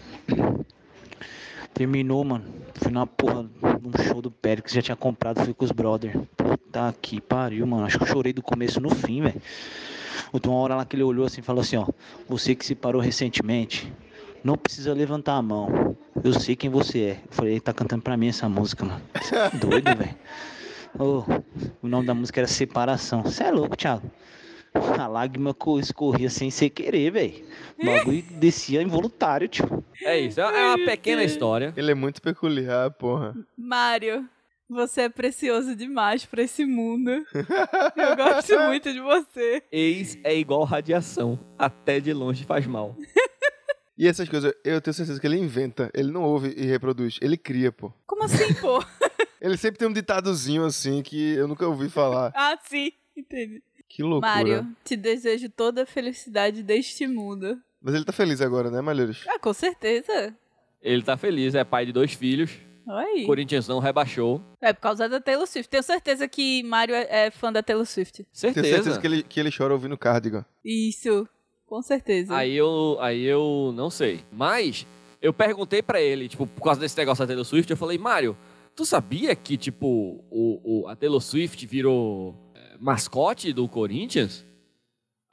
Speaker 7: Terminou, mano. Fui na porra num show do Péricles, já tinha comprado, fui com os brother. Puta que pariu, mano. Acho que eu chorei do começo no fim, velho. Então uma hora lá que ele olhou assim e falou assim, ó. Você que se parou recentemente, não precisa levantar a mão. Eu sei quem você é. Eu falei, ele tá cantando pra mim essa música, mano. Você é doido, velho. Ô, o nome da música era Separação. Você é louco, Thiago. A lágrima co- escorria sem ser querer, velho. O bagulho descia involuntário, tio.
Speaker 1: É isso, é uma- é uma pequena história.
Speaker 4: Ele é muito peculiar, porra.
Speaker 3: Mário, você é precioso demais pra esse mundo. Eu gosto muito de você.
Speaker 1: Ex é igual radiação, até de longe faz mal.
Speaker 4: E essas coisas, eu tenho certeza que ele inventa. Ele não ouve e reproduz. Ele cria, pô.
Speaker 3: Como assim, pô?
Speaker 4: Ele sempre tem um ditadozinho assim que eu nunca ouvi falar.
Speaker 3: Ah, sim. Entendi.
Speaker 4: Que loucura.
Speaker 3: Mário, te desejo toda a felicidade deste mundo.
Speaker 4: Mas ele tá feliz agora, né, Malheiros?
Speaker 3: Ah, com certeza.
Speaker 1: Ele tá feliz, é pai de dois filhos.
Speaker 3: Olha aí.
Speaker 1: O Corinthians não rebaixou.
Speaker 3: É por causa da Taylor Swift. Tenho certeza que Mário é, é fã da Taylor Swift.
Speaker 4: Tenho
Speaker 1: Certeza.
Speaker 4: certeza que ele, que ele chora ouvindo Cardigan.
Speaker 3: Isso. Com certeza.
Speaker 1: Aí eu, aí eu não sei. Mas eu perguntei pra ele, tipo, por causa desse negócio da Taylor Swift, eu falei, Mário, tu sabia que, tipo, o, o- a Taylor Swift virou é, mascote do Corinthians?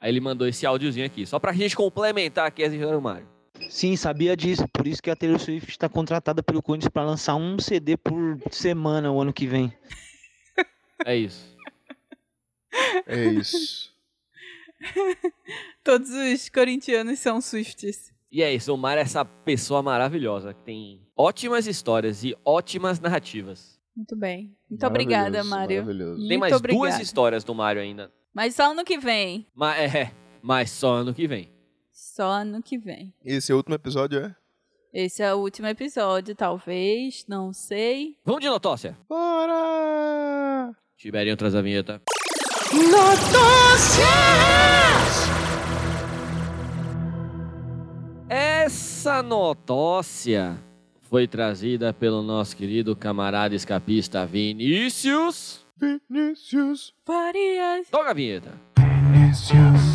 Speaker 1: Aí ele mandou esse áudiozinho aqui, só pra gente complementar aqui essa história do Mário.
Speaker 7: Sim, sabia disso. Por isso que a Taylor Swift está contratada pelo Corinthians para lançar um CD por semana o ano que vem.
Speaker 1: É isso.
Speaker 4: É isso.
Speaker 3: Todos os corintianos são Swifts.
Speaker 1: E é isso, o Mário é essa pessoa maravilhosa, que tem ótimas histórias e ótimas narrativas.
Speaker 3: Muito bem. Muito obrigada,
Speaker 4: Maravilhoso,
Speaker 3: Mário.
Speaker 4: Maravilhoso.
Speaker 1: Tem
Speaker 3: Muito
Speaker 1: mais
Speaker 3: obrigada.
Speaker 1: duas histórias do Mário ainda.
Speaker 3: Mas só ano que vem.
Speaker 1: Mas, é, mas só ano que vem.
Speaker 3: Só ano que vem.
Speaker 4: E esse último episódio é.
Speaker 3: Esse é o último episódio, talvez. Não sei.
Speaker 1: Vamos de notócia.
Speaker 4: Bora!
Speaker 1: Tiberinho traz a vinheta. Essa notócia foi trazida pelo nosso querido camarada escapista Vinícius.
Speaker 4: Vinícius!
Speaker 3: Farias.
Speaker 1: Toca a vinheta.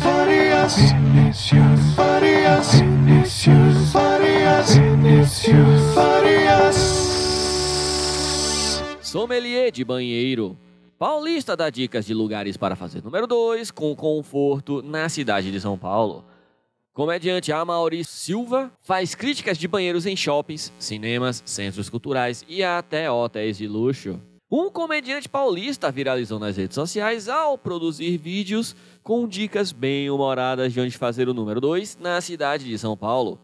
Speaker 4: Farias! Vinícius! Farias! Vinícius! Farias! Vinícius! Farias!
Speaker 1: Sommelier de banheiro. Paulista dá dicas de lugares para fazer número 2 com conforto na cidade de São Paulo. Comediante Amaury Silva faz críticas de banheiros em shoppings, cinemas, centros culturais e até hotéis de luxo. Um comediante paulista viralizou nas redes sociais ao produzir vídeos com dicas bem humoradas de onde fazer o número 2 na cidade de São Paulo.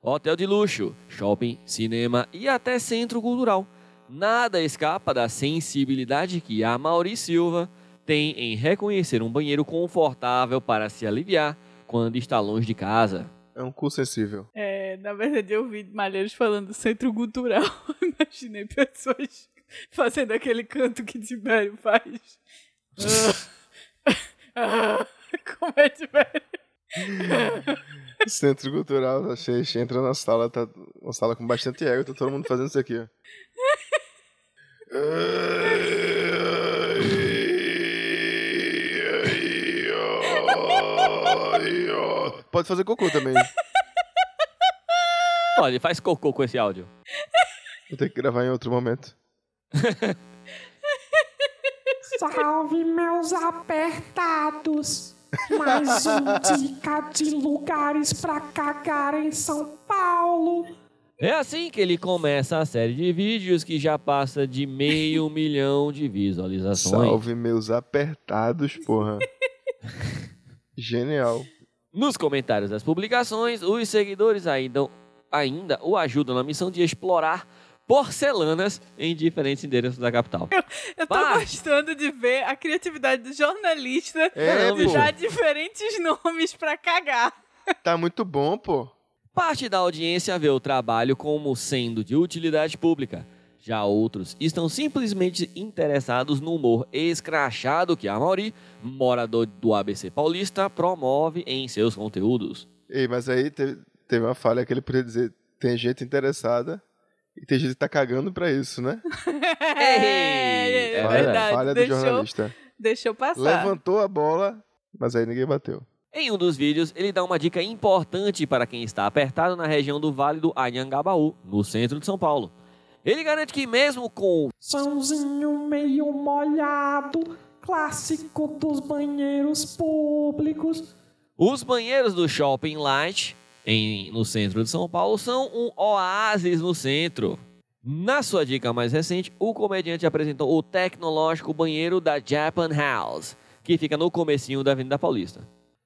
Speaker 1: Hotel de luxo, shopping, cinema e até centro cultural Nada escapa da sensibilidade que a Mauri Silva tem em reconhecer um banheiro confortável para se aliviar quando está longe de casa.
Speaker 4: É um cu sensível.
Speaker 3: É, na verdade, eu vi Malheiros falando centro cultural. Imaginei pessoas fazendo aquele canto que Tibério faz. Ah, Como é Tibério?
Speaker 4: Centro Cultural, tá achei. Entra na sala, tá uma sala com bastante ego, tá todo mundo fazendo isso aqui, ó. Pode fazer cocô também.
Speaker 1: Olha, faz cocô com esse áudio.
Speaker 4: Vou ter que gravar em outro momento.
Speaker 8: Salve meus apertados! Mais um dica de lugares pra cagar em São Paulo.
Speaker 1: É assim que ele começa a série de vídeos que já passa de meio milhão de visualizações.
Speaker 4: Salve meus apertados, porra. Genial.
Speaker 1: Nos comentários das publicações, os seguidores ainda, ainda o ajudam na missão de explorar porcelanas em diferentes endereços da capital.
Speaker 3: Eu tô
Speaker 1: Vai.
Speaker 3: gostando de ver a criatividade do jornalista
Speaker 4: É,
Speaker 3: de
Speaker 4: pô.
Speaker 3: dar diferentes nomes pra cagar.
Speaker 4: Tá muito bom, pô.
Speaker 1: Parte da audiência vê o trabalho como sendo de utilidade pública. Já outros estão simplesmente interessados no humor escrachado que a Mauri, morador do ABC Paulista, promove em seus conteúdos.
Speaker 4: Ei, mas aí teve, teve uma falha que ele podia dizer: tem gente interessada e tem gente que tá cagando pra isso, né?
Speaker 3: É, é
Speaker 1: É
Speaker 4: falha,
Speaker 3: verdade.
Speaker 4: falha do
Speaker 3: deixou,
Speaker 4: jornalista.
Speaker 3: deixou passar.
Speaker 4: Levantou a bola, mas aí ninguém bateu.
Speaker 1: Em um dos vídeos, ele dá uma dica importante para quem está apertado na região do Vale do Anhangabaú, no centro de São Paulo. Ele garante que mesmo com
Speaker 8: Sãozinho meio molhado, clássico dos banheiros públicos.
Speaker 1: Os banheiros do Shopping Light, em- no centro de São Paulo, são um oásis no centro. Na sua dica mais recente, o comediante apresentou o tecnológico banheiro da Japan House, que fica no comecinho da Avenida Paulista.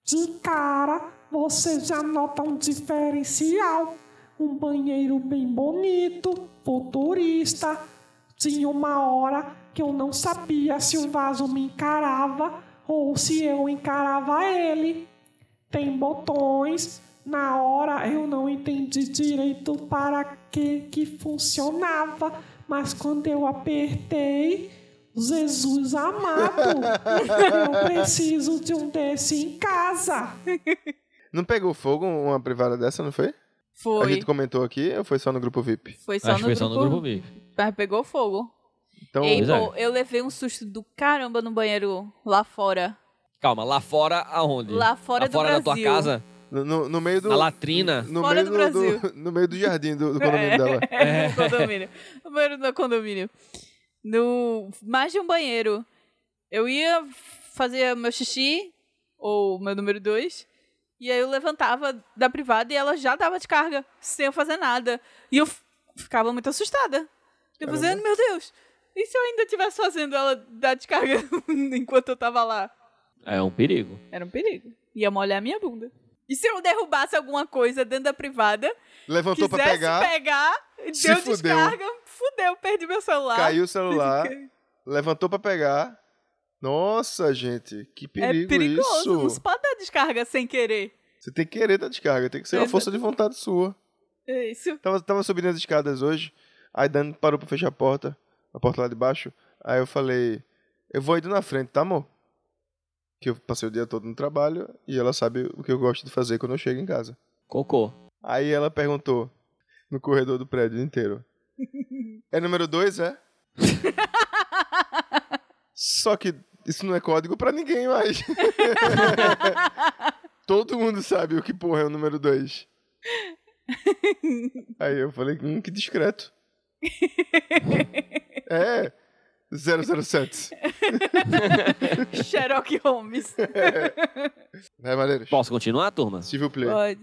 Speaker 8: De cara, você já nota um diferencial. Um banheiro bem bonito, futurista. Tinha uma hora que eu não sabia se o vaso me encarava ou se eu encarava ele. Tem botões. Na hora eu não entendi direito para que que funcionava, mas quando eu apertei, Jesus amado, eu preciso de um desse em casa.
Speaker 4: Não pegou fogo uma privada dessa, não foi? A
Speaker 3: Foi.
Speaker 4: gente comentou aqui ou foi só no grupo VIP?
Speaker 3: Foi só,
Speaker 1: Acho que
Speaker 3: no
Speaker 1: foi
Speaker 3: grupo,
Speaker 1: só no grupo VIP.
Speaker 3: Mas pegou fogo.
Speaker 4: Então,
Speaker 3: Ei,
Speaker 1: pois é.
Speaker 3: pô, eu levei um susto do caramba no banheiro lá fora.
Speaker 1: Calma, lá fora aonde?
Speaker 3: Lá fora
Speaker 1: lá
Speaker 3: do
Speaker 1: fora da tua
Speaker 3: Brasil.
Speaker 1: casa?
Speaker 4: no, no- no meio do.
Speaker 1: Na latrina?
Speaker 4: No
Speaker 3: Fora
Speaker 4: meio
Speaker 3: do Brasil.
Speaker 4: no meio do jardim do, do condomínio dela.
Speaker 3: É, no condomínio. O banheiro do condomínio. No, mais de um banheiro. Eu ia fazer meu xixi, ou meu número dois, e aí eu levantava da privada e ela já dava de carga, sem eu fazer nada. E eu f- ficava muito assustada. Depois, eu,
Speaker 4: Caramba.
Speaker 3: meu Deus, e se eu ainda estivesse fazendo ela dar descarga enquanto eu tava lá?
Speaker 1: É um perigo.
Speaker 3: Era um perigo. Ia molhar minha bunda. E se eu derrubasse alguma coisa dentro da privada,
Speaker 4: Levantou pra
Speaker 3: quisesse
Speaker 4: pegar, se
Speaker 3: deu
Speaker 4: fudeu.
Speaker 3: descarga, fudeu, perdi meu celular.
Speaker 4: caiu o celular, levantou pra pegar. Nossa, gente, que perigo
Speaker 3: é perigoso, não se
Speaker 4: isso.
Speaker 3: pode dar descarga sem querer.
Speaker 4: Você tem que querer dar descarga, tem que ser uma
Speaker 3: Exa-
Speaker 4: força de vontade sua.
Speaker 3: É isso.
Speaker 4: Tava, tava subindo as escadas hoje, aí Dani parou pra fechar a porta, a porta lá de baixo. Aí eu falei, eu vou indo na frente, tá, amor? Que eu passei o dia todo no trabalho e ela sabe o que eu gosto de fazer quando eu chego em casa.
Speaker 1: Cocô.
Speaker 4: Aí ela perguntou no corredor do prédio inteiro. É número dois, é? Só que isso não é código pra ninguém mais. Todo mundo sabe o que porra é o número dois. Aí eu falei, hum, que discreto. é, 007.
Speaker 3: Sherlock Holmes.
Speaker 4: Vai, Maleiros.
Speaker 1: Posso continuar, turma?
Speaker 4: Civil Play.
Speaker 3: Pode.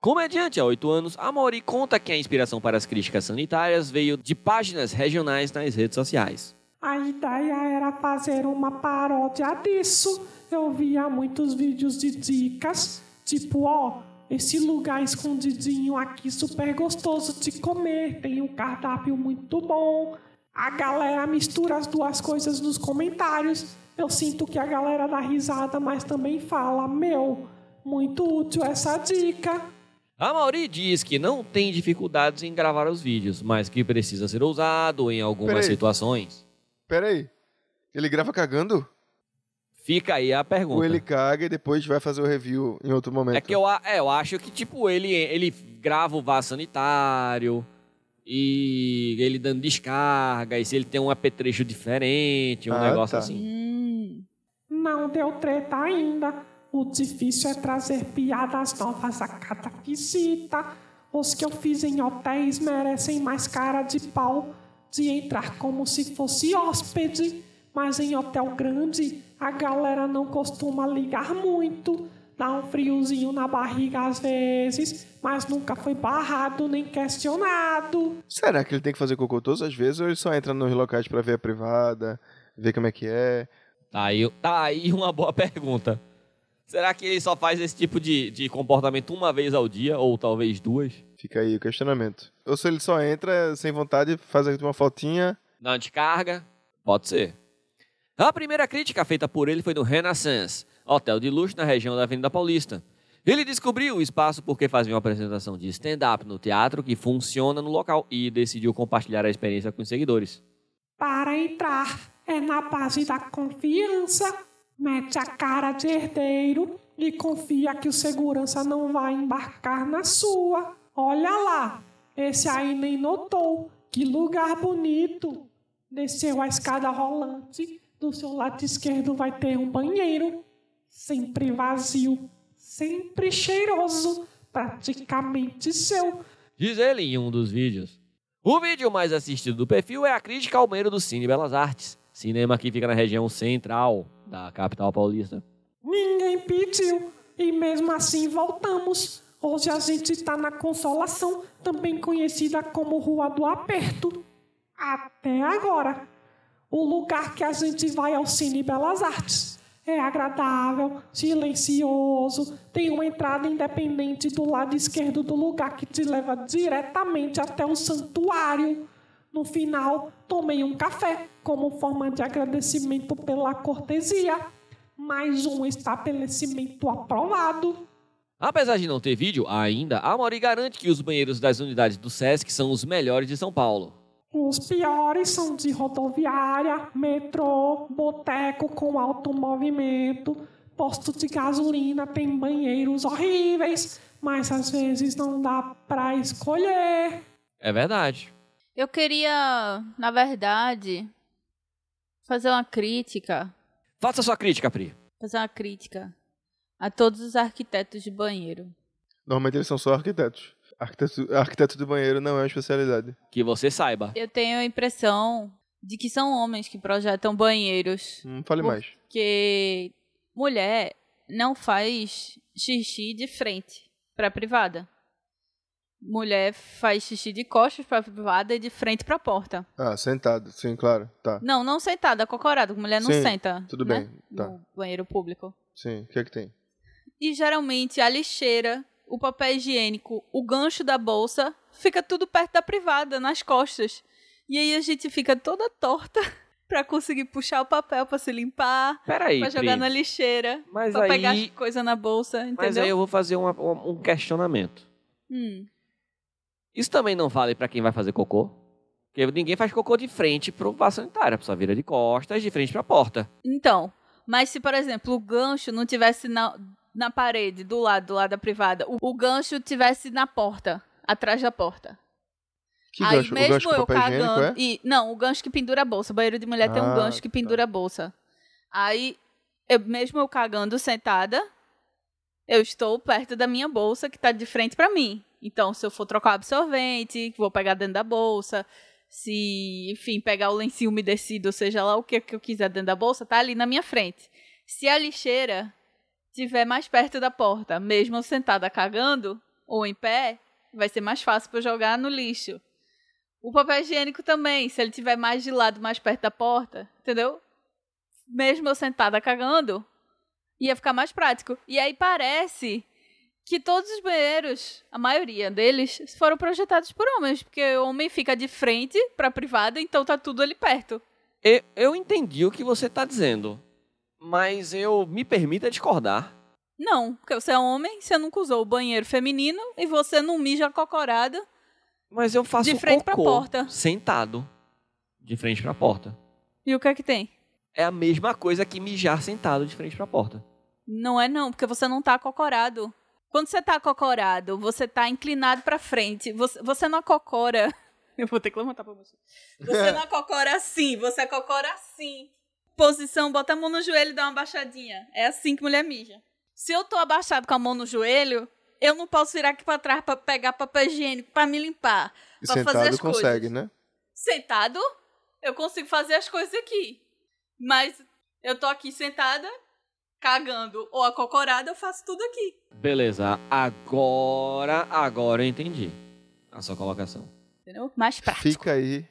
Speaker 1: Comediante há oito anos, Amaury conta que a inspiração para as críticas sanitárias veio de páginas regionais nas redes sociais.
Speaker 8: A ideia era fazer uma paródia disso. Eu via muitos vídeos de dicas, tipo, ó, esse lugar escondidinho aqui super gostoso de comer, tem um cardápio muito bom. A galera mistura as duas coisas nos comentários. Eu sinto que a galera dá risada, mas também fala: Meu, muito útil essa dica.
Speaker 1: A Mauri diz que não tem dificuldades em gravar os vídeos, mas que precisa ser ousado em algumas
Speaker 4: Peraí.
Speaker 1: situações.
Speaker 4: Pera aí. Ele grava cagando?
Speaker 1: Fica aí a pergunta.
Speaker 4: Ou ele caga e depois vai fazer o review em outro momento?
Speaker 1: É que eu, a- é, eu acho que, tipo, ele, ele grava o vaso sanitário e ele dando descarga, e se ele tem um apetrecho diferente, um
Speaker 4: Ah,
Speaker 1: negócio
Speaker 4: tá.
Speaker 1: assim.
Speaker 3: Hum.
Speaker 8: Não deu treta ainda. O difícil é trazer piadas novas a cada visita. Os que eu fiz em hotéis merecem mais cara de pau de entrar como se fosse hóspede. Mas em hotel grande, a galera não costuma ligar muito. Dá um friozinho na barriga às vezes, mas nunca foi barrado nem questionado.
Speaker 4: Será que ele tem que fazer cocô todas as vezes ou ele só entra nos locais pra ver a privada, ver como é que é?
Speaker 1: Tá aí, tá aí uma boa pergunta. Será que ele só faz esse tipo de, de comportamento uma vez ao dia, ou talvez duas?
Speaker 4: Fica aí o questionamento. Ou se ele só entra sem vontade, faz aqui uma fotinha.
Speaker 1: Dá uma descarga? Pode ser. A primeira crítica feita por ele foi no Renaissance, hotel de luxo na região da Avenida Paulista. Ele descobriu o espaço porque fazia uma apresentação de stand-up no teatro que funciona no local e decidiu compartilhar a experiência com os seguidores.
Speaker 8: Para entrar é na base da confiança. Mete a cara de herdeiro e confia que o segurança não vai embarcar na sua. Olha lá, esse aí nem notou. Que lugar bonito. Desceu a escada rolante. Do seu lado esquerdo vai ter um banheiro. Sempre vazio, sempre cheiroso, praticamente seu.
Speaker 1: Diz ele em um dos vídeos. O vídeo mais assistido do perfil é a crítica ao banheiro do Cine Belas Artes, cinema que fica na região central da capital paulista.
Speaker 8: Ninguém pediu. E mesmo assim voltamos. Hoje a gente está na Consolação, também conhecida como Rua do Aperto. Até agora. O lugar que a gente vai ao Cine Belas Artes. É agradável, silencioso, tem uma entrada independente do lado esquerdo do lugar que te leva diretamente até o santuário. No final, tomei um café como forma de agradecimento pela cortesia. Mais um estabelecimento aprovado.
Speaker 1: Apesar de não ter vídeo ainda, a Mauri garante que os banheiros das unidades do SESC são os melhores de São Paulo.
Speaker 8: Os piores são de rodoviária, metrô, boteco com alto movimento, posto de gasolina tem banheiros horríveis, mas às vezes não dá pra escolher.
Speaker 1: É verdade.
Speaker 3: Eu queria, na verdade, fazer uma crítica.
Speaker 1: Faça sua crítica, Pri.
Speaker 3: Fazer uma crítica a todos os arquitetos de banheiro.
Speaker 4: Normalmente eles são só arquitetos. Arquiteto, arquiteto do banheiro não é uma especialidade.
Speaker 1: Que você saiba.
Speaker 3: Eu tenho a impressão de que são homens que projetam banheiros.
Speaker 4: Não fale
Speaker 3: Por-
Speaker 4: mais.
Speaker 3: Porque mulher não faz xixi de frente pra privada. Mulher faz xixi de costas pra privada e de frente pra porta.
Speaker 4: Ah, sentado. Sim, claro. Tá.
Speaker 3: Não, não sentada, acocorada. Mulher não
Speaker 4: Sim,
Speaker 3: senta.
Speaker 4: Tudo
Speaker 3: né?
Speaker 4: bem. Tá.
Speaker 3: No banheiro público.
Speaker 4: Sim. O que é que tem?
Speaker 3: E geralmente a lixeira, o papel higiênico, o gancho da bolsa, fica tudo perto da privada, nas costas. E aí a gente fica toda torta pra conseguir puxar o papel pra se limpar,
Speaker 1: Peraí,
Speaker 3: pra jogar na lixeira,
Speaker 1: Mas
Speaker 3: pra pegar
Speaker 1: aí,
Speaker 3: as coisas na bolsa, entendeu?
Speaker 1: mas aí eu vou fazer uma- um, um questionamento.
Speaker 3: Hum.
Speaker 1: Isso também não vale pra quem vai fazer cocô? Porque ninguém faz cocô de frente pro vaso sanitário. A pessoa vira de costas, de frente pra porta.
Speaker 3: Então, mas se, por exemplo, o gancho não tivesse na, na parede, do lado, do lado da privada, o, o gancho tivesse na porta, atrás da porta.
Speaker 4: Que
Speaker 3: aí
Speaker 4: gancho? O
Speaker 3: mesmo
Speaker 4: gancho com
Speaker 3: eu
Speaker 4: papel higiênico
Speaker 3: cagando.
Speaker 4: é?
Speaker 3: E, não, o gancho que pendura a bolsa. O banheiro de mulher tem um
Speaker 4: Ah,
Speaker 3: gancho que
Speaker 4: tá.
Speaker 3: pendura a bolsa. Aí, eu- mesmo eu cagando sentada, eu estou perto da minha bolsa que tá de frente pra mim. Então, se eu for trocar o absorvente, vou pegar dentro da bolsa. Se, enfim, pegar o lencinho umedecido, ou seja lá o que, que eu quiser dentro da bolsa, tá ali na minha frente. Se a lixeira estiver mais perto da porta, mesmo eu sentada cagando ou em pé, vai ser mais fácil para jogar no lixo. O papel higiênico também, se ele tiver mais de lado, mais perto da porta, entendeu? Mesmo eu sentada cagando, ia ficar mais prático. E aí parece que todos os banheiros, a maioria deles, foram projetados por homens, porque o homem fica de frente pra privada, então tá tudo ali perto.
Speaker 1: Eu, eu entendi o que você tá dizendo, mas eu me permita discordar.
Speaker 3: Não, porque você é homem, você nunca usou o banheiro feminino e você não mija cocorada.
Speaker 1: Mas eu faço
Speaker 3: De frente pra
Speaker 1: cocô
Speaker 3: porta.
Speaker 1: sentado. De frente pra porta.
Speaker 3: E o que é que tem?
Speaker 1: É a mesma coisa que mijar sentado de frente pra porta.
Speaker 3: Não é não, porque você não tá acocorado. Quando você tá acocorado, você tá inclinado pra frente. Você, você não acocora. Eu vou ter que levantar pra você. Você não acocora assim, você acocora assim. Posição, bota a mão no joelho e dá uma baixadinha. É assim que mulher mija. Se eu tô abaixado com a mão no joelho, eu não posso virar aqui pra trás pra pegar papel higiênico, pra me limpar.
Speaker 4: E
Speaker 3: Pra fazer
Speaker 4: sentado
Speaker 3: as coisas.
Speaker 4: consegue, né?
Speaker 3: Sentado, eu consigo fazer as coisas aqui. Mas eu tô aqui sentada, cagando ou acocorada, eu faço tudo aqui.
Speaker 1: Beleza, agora, agora eu entendi a sua colocação.
Speaker 3: Entendeu? Mais prático.
Speaker 4: Fica aí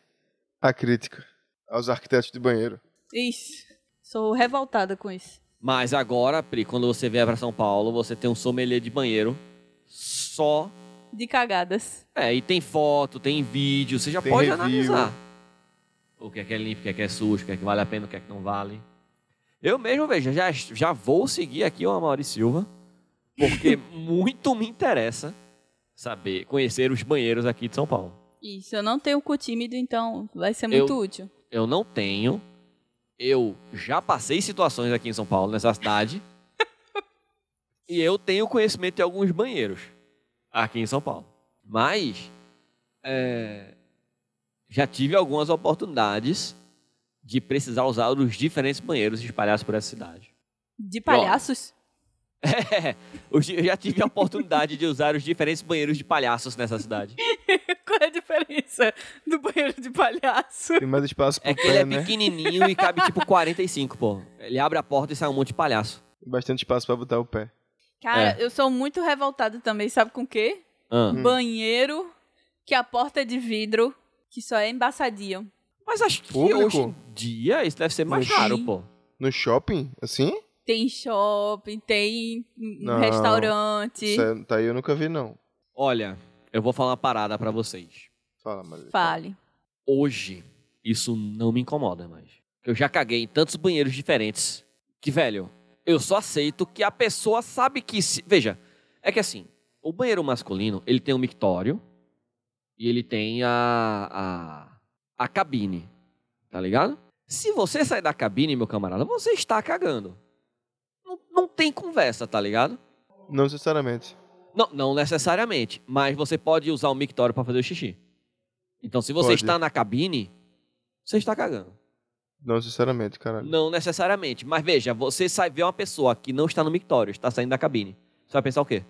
Speaker 4: a crítica aos arquitetos de banheiro.
Speaker 3: Isso. Sou revoltada com isso.
Speaker 1: Mas agora, Pri, quando você vier pra São Paulo, você tem um sommelier de banheiro só.
Speaker 3: De cagadas.
Speaker 1: É, e tem foto, tem vídeo, você já
Speaker 4: Tem
Speaker 1: pode
Speaker 4: review.
Speaker 1: analisar. O que é que é limpo, o que é que é sujo, o que é que vale a pena, o que é que não vale. Eu mesmo, veja, já, já vou seguir aqui o Amaury Silva, porque muito me interessa saber, conhecer os banheiros aqui de São Paulo.
Speaker 3: Isso, eu não tenho cu tímido, então vai ser
Speaker 1: Eu-
Speaker 3: muito útil.
Speaker 1: Eu não tenho. Eu já passei situações aqui em São Paulo, nessa cidade. e eu tenho conhecimento de alguns banheiros aqui em São Paulo. Mas é, já tive algumas oportunidades de precisar usar os diferentes banheiros espalhados por essa cidade.
Speaker 3: De palhaços?
Speaker 1: Os di- Eu já tive a oportunidade de usar os diferentes banheiros de palhaços nessa cidade.
Speaker 3: Qual é a diferença do banheiro de palhaço?
Speaker 4: Tem mais espaço pro
Speaker 1: É que ele
Speaker 4: pé,
Speaker 1: é
Speaker 4: né?
Speaker 1: pequenininho e cabe tipo 45, pô. Ele abre a porta e sai um monte de palhaço.
Speaker 4: Bastante espaço pra botar o pé.
Speaker 3: Cara, eu sou muito revoltada também, sabe com o quê?
Speaker 1: Ah.
Speaker 4: Hum.
Speaker 3: Banheiro que a porta é de vidro, que só é embaçadia.
Speaker 1: Mas acho que
Speaker 4: Público?
Speaker 1: hoje em dia isso deve ser mais
Speaker 3: Sim.
Speaker 1: caro, pô.
Speaker 4: No shopping? Assim?
Speaker 3: Tem shopping, tem um
Speaker 4: Não.
Speaker 3: restaurante.
Speaker 4: Isso aí- tá aí eu nunca vi, não.
Speaker 1: Olha, eu vou falar uma parada pra vocês.
Speaker 4: Fala, Maria.
Speaker 3: Fale.
Speaker 1: Hoje, isso não me incomoda mais. Eu já caguei em tantos banheiros diferentes que, velho, eu só aceito que a pessoa sabe que... se- Veja, é que assim, o banheiro masculino, ele tem um mictório e ele tem a, a, a cabine, tá ligado? Se você sair da cabine, meu camarada, você está cagando. Não, não tem conversa, tá ligado?
Speaker 4: Não necessariamente.
Speaker 1: Não, não necessariamente, mas você pode usar o mictório para fazer o xixi. Então, se você
Speaker 4: Pode.
Speaker 1: está na cabine, você está cagando.
Speaker 4: Não necessariamente, caralho.
Speaker 1: Não necessariamente, mas veja, você sai ver uma pessoa que não está no mictório, está saindo da cabine. Você vai pensar o quê?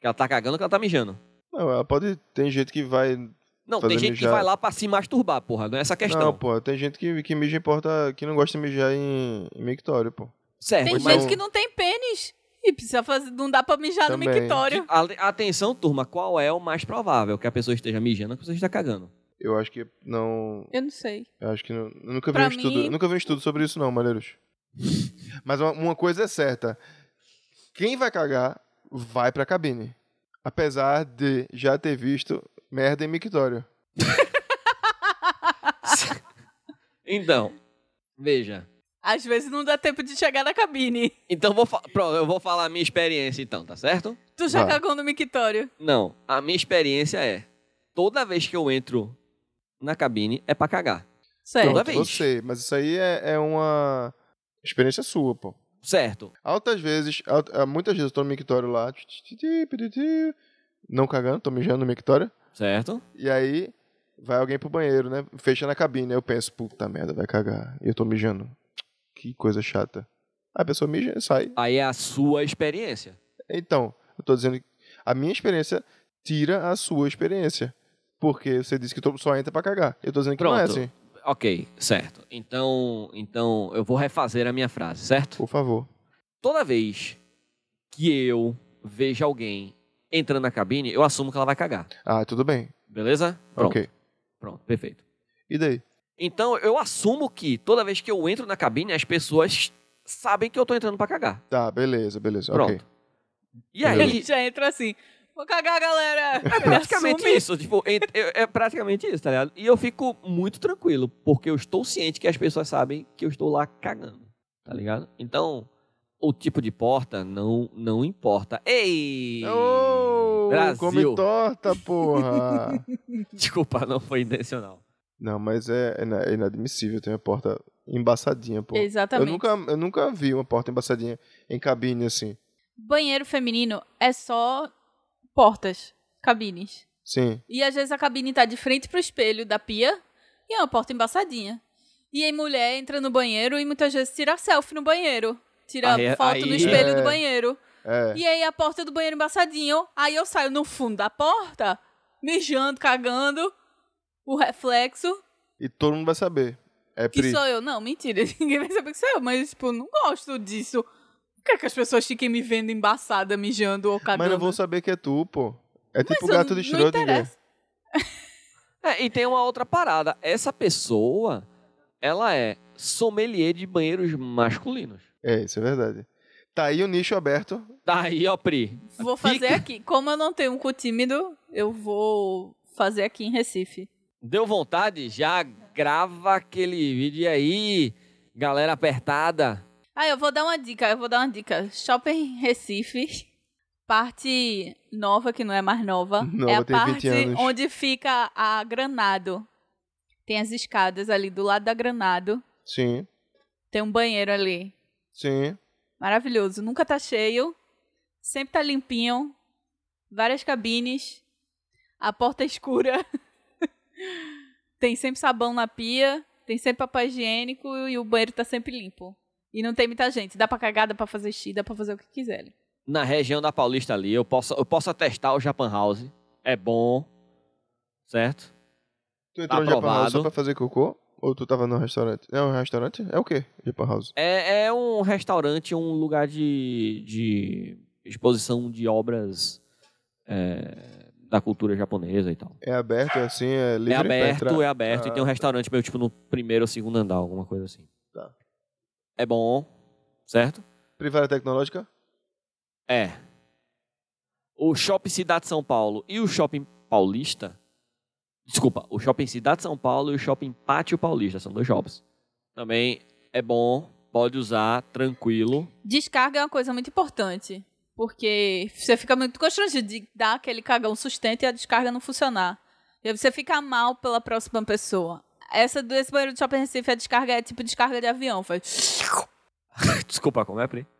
Speaker 1: Que ela tá cagando ou que ela tá mijando?
Speaker 4: Não, ela pode. Tem gente que vai.
Speaker 1: Não,
Speaker 4: Fazer
Speaker 1: tem gente
Speaker 4: mijar.
Speaker 1: que vai lá pra se masturbar, porra. Não é essa a questão.
Speaker 4: Não, pô. Tem gente que, que mija em porta. Que não gosta de mijar em, em mictório, pô.
Speaker 1: certo,
Speaker 3: Tem
Speaker 4: pois
Speaker 1: mas
Speaker 3: gente
Speaker 4: É, não.
Speaker 3: que não tem pênis e precisa fazer, não dá pra mijar
Speaker 4: Também.
Speaker 3: no mictório.
Speaker 1: a- atenção, turma, qual é o mais provável? Que a pessoa esteja mijando ou que a pessoa esteja cagando?
Speaker 4: Eu acho que não.
Speaker 3: Eu não sei.
Speaker 4: Eu acho que não. eu nunca vi
Speaker 3: Pra
Speaker 4: um estudo.
Speaker 3: mim-
Speaker 4: Nunca vi um estudo sobre isso, não, Malheiros. Mas uma, uma coisa é certa. Quem vai cagar vai pra cabine. Apesar de já ter visto merda em mictório.
Speaker 1: Então, veja.
Speaker 3: Às vezes não dá tempo de chegar na cabine.
Speaker 1: Então, vou fa- pronto, eu vou falar a minha experiência então, tá certo?
Speaker 3: Tu já
Speaker 4: Vai.
Speaker 3: cagou no mictório.
Speaker 1: Não, a minha experiência é: toda vez que eu entro na cabine é pra cagar.
Speaker 3: Sério.
Speaker 1: Toda
Speaker 4: Pronto,
Speaker 1: vez.
Speaker 4: Você, mas isso aí é, é uma experiência sua, pô.
Speaker 1: Certo.
Speaker 4: Altas vezes, alt- ah, muitas vezes eu tô no mictório lá, tch, tch, tch, tch, tch, tch, não cagando, tô mijando no mictório,
Speaker 1: Certo.
Speaker 4: e aí vai alguém pro banheiro, né? Fecha na cabine, aí eu penso, puta merda, vai cagar. E eu tô mijando. Que coisa chata. A pessoa mija e sai.
Speaker 1: Aí é a sua experiência.
Speaker 4: Então, eu tô dizendo que a minha experiência tira a sua experiência. Porque você disse que to- só entra pra cagar. Eu tô dizendo que não é
Speaker 1: Pronto.
Speaker 4: assim.
Speaker 1: Ok, certo. Então, então eu vou refazer a minha frase, certo?
Speaker 4: Por favor.
Speaker 1: Toda vez que eu vejo alguém entrando na cabine, eu assumo que ela vai cagar.
Speaker 4: Ah, tudo bem.
Speaker 1: Beleza? Pronto.
Speaker 4: Ok.
Speaker 1: Pronto, perfeito.
Speaker 4: E daí?
Speaker 1: Então, eu assumo que toda vez que eu entro na cabine, as pessoas sabem que eu tô entrando pra cagar.
Speaker 4: Tá, beleza, beleza.
Speaker 1: Pronto.
Speaker 4: Ok.
Speaker 1: E aí,
Speaker 3: Ele já entra assim. Vou cagar, galera.
Speaker 1: É praticamente
Speaker 3: Ele assume.
Speaker 1: isso. Tipo, ent- eu- é praticamente isso, tá ligado? E eu fico muito tranquilo, porque eu estou ciente que as pessoas sabem que eu estou lá cagando, tá ligado? Então, o tipo de porta não, não importa. Ei!
Speaker 4: Ô,
Speaker 1: Brasil.
Speaker 4: come torta, porra!
Speaker 1: Desculpa, não foi intencional.
Speaker 4: não, mas é, é ina- é inadmissível ter uma porta embaçadinha, pô. Eu
Speaker 3: Exatamente.
Speaker 4: nunca, eu nunca vi uma porta embaçadinha em cabine assim.
Speaker 3: Banheiro feminino é só portas, cabines.
Speaker 4: Sim.
Speaker 3: E às vezes a cabine tá de frente pro espelho da pia e é uma porta embaçadinha. E aí mulher entra no banheiro e muitas vezes tira selfie no banheiro. Tira
Speaker 1: Aí-
Speaker 3: foto
Speaker 1: aí-
Speaker 3: no espelho
Speaker 4: É.
Speaker 3: do banheiro.
Speaker 4: É.
Speaker 3: E aí a porta do banheiro embaçadinho. Aí eu saio no fundo da porta, mijando, cagando. O reflexo.
Speaker 4: E todo mundo vai saber. É
Speaker 3: Que
Speaker 4: Pri.
Speaker 3: sou eu. Não, mentira. Ninguém vai saber que sou eu. Mas, tipo, não gosto disso. Não quero que as pessoas fiquem me vendo embaçada, mijando ou cagando.
Speaker 4: Mas não vão saber que é tu, pô. É tipo o
Speaker 3: né? eu-
Speaker 4: gato de
Speaker 3: não
Speaker 4: Schrödinger.
Speaker 3: interessa.
Speaker 1: É, e tem uma outra parada. Essa pessoa, ela é sommelier de banheiros masculinos.
Speaker 4: É, isso é verdade. Tá aí o nicho aberto.
Speaker 1: Daí, ó, Pri.
Speaker 3: Vou fazer
Speaker 1: Fica-
Speaker 3: aqui. Como eu não tenho um cu tímido, eu vou fazer aqui em Recife.
Speaker 1: Deu vontade? Já grava aquele vídeo aí, galera apertada.
Speaker 3: Ah, eu vou dar uma dica, eu vou dar uma dica. Shopping Recife, parte nova, que não é mais nova,
Speaker 4: Nova,
Speaker 3: é a
Speaker 4: tem 20
Speaker 3: parte
Speaker 4: anos.
Speaker 3: onde fica a Granado. Tem as escadas ali do lado da Granado,
Speaker 4: Sim,
Speaker 3: tem um banheiro ali.
Speaker 4: sim.
Speaker 3: Maravilhoso, nunca tá cheio, sempre tá limpinho, várias cabines, a porta é escura, tem sempre sabão na pia, tem sempre papel higiênico e o banheiro tá sempre limpo. E não tem muita gente, dá pra cagar, dá pra fazer xixi, dá pra fazer o que quiser.
Speaker 1: na região da Paulista ali, eu posso, eu posso atestar o Japan House. É bom, certo?
Speaker 4: Tu entrou no Japan
Speaker 1: Aprovado.
Speaker 4: House só pra fazer cocô? Ou tu tava no restaurante? É um restaurante? É o quê? Japan House.
Speaker 1: É, é um restaurante, um lugar de, de exposição de obras é, da cultura japonesa e tal.
Speaker 4: É aberto, é assim, é livre
Speaker 1: é aberto,
Speaker 4: pra Ah,
Speaker 1: é aberto. E tem um restaurante meio tipo no primeiro ou segundo andar, alguma coisa assim.
Speaker 4: Tá.
Speaker 1: É bom, certo?
Speaker 4: Privada tecnológica?
Speaker 1: É. O Shopping Cidade São Paulo e o Shopping Paulista. Desculpa, o Shopping Cidade São Paulo e o Shopping Pátio Paulista. São dois shoppings. Também é bom, pode usar, tranquilo.
Speaker 3: Descarga é uma coisa muito importante, porque você fica muito constrangido de dar aquele cagão sustento e a descarga não funcionar. E aí você fica mal pela próxima pessoa. Essa do esse banheiro do Shopping Recife, a descarga é tipo descarga de avião, faz...
Speaker 1: Desculpa, como é, Pri?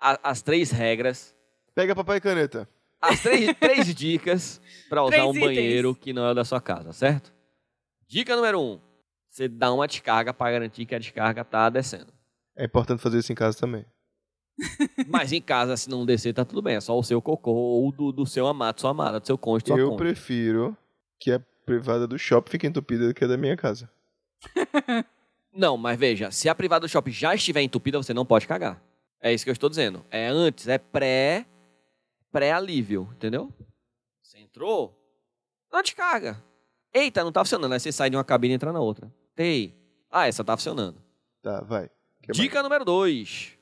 Speaker 1: A- As três regras.
Speaker 4: Pega papai e caneta.
Speaker 1: As três, três dicas pra usar
Speaker 3: Três
Speaker 1: um
Speaker 3: itens.
Speaker 1: banheiro que não é o da sua casa, certo? Dica número um. Você dá uma descarga pra garantir que a descarga tá descendo.
Speaker 4: É importante fazer isso em casa também.
Speaker 1: Mas em casa, se não descer, tá tudo bem. É só o seu cocô ou do, do seu amado, sua amada, do seu cônjuge, sua
Speaker 4: Eu
Speaker 1: cônjuge.
Speaker 4: prefiro que a privada do shopping fique entupida do que a da minha casa.
Speaker 1: Não, mas veja, se a privada do shopping já estiver entupida, você não pode cagar. É isso que eu estou dizendo. É antes, é pré... Pré-alívio, entendeu? Você entrou, não descarga. Eita, não tá funcionando. Aí você sai de uma cabine e entra na outra. Tem. Ah, essa tá funcionando.
Speaker 4: Tá, vai. Que mais?
Speaker 1: Dica número 2.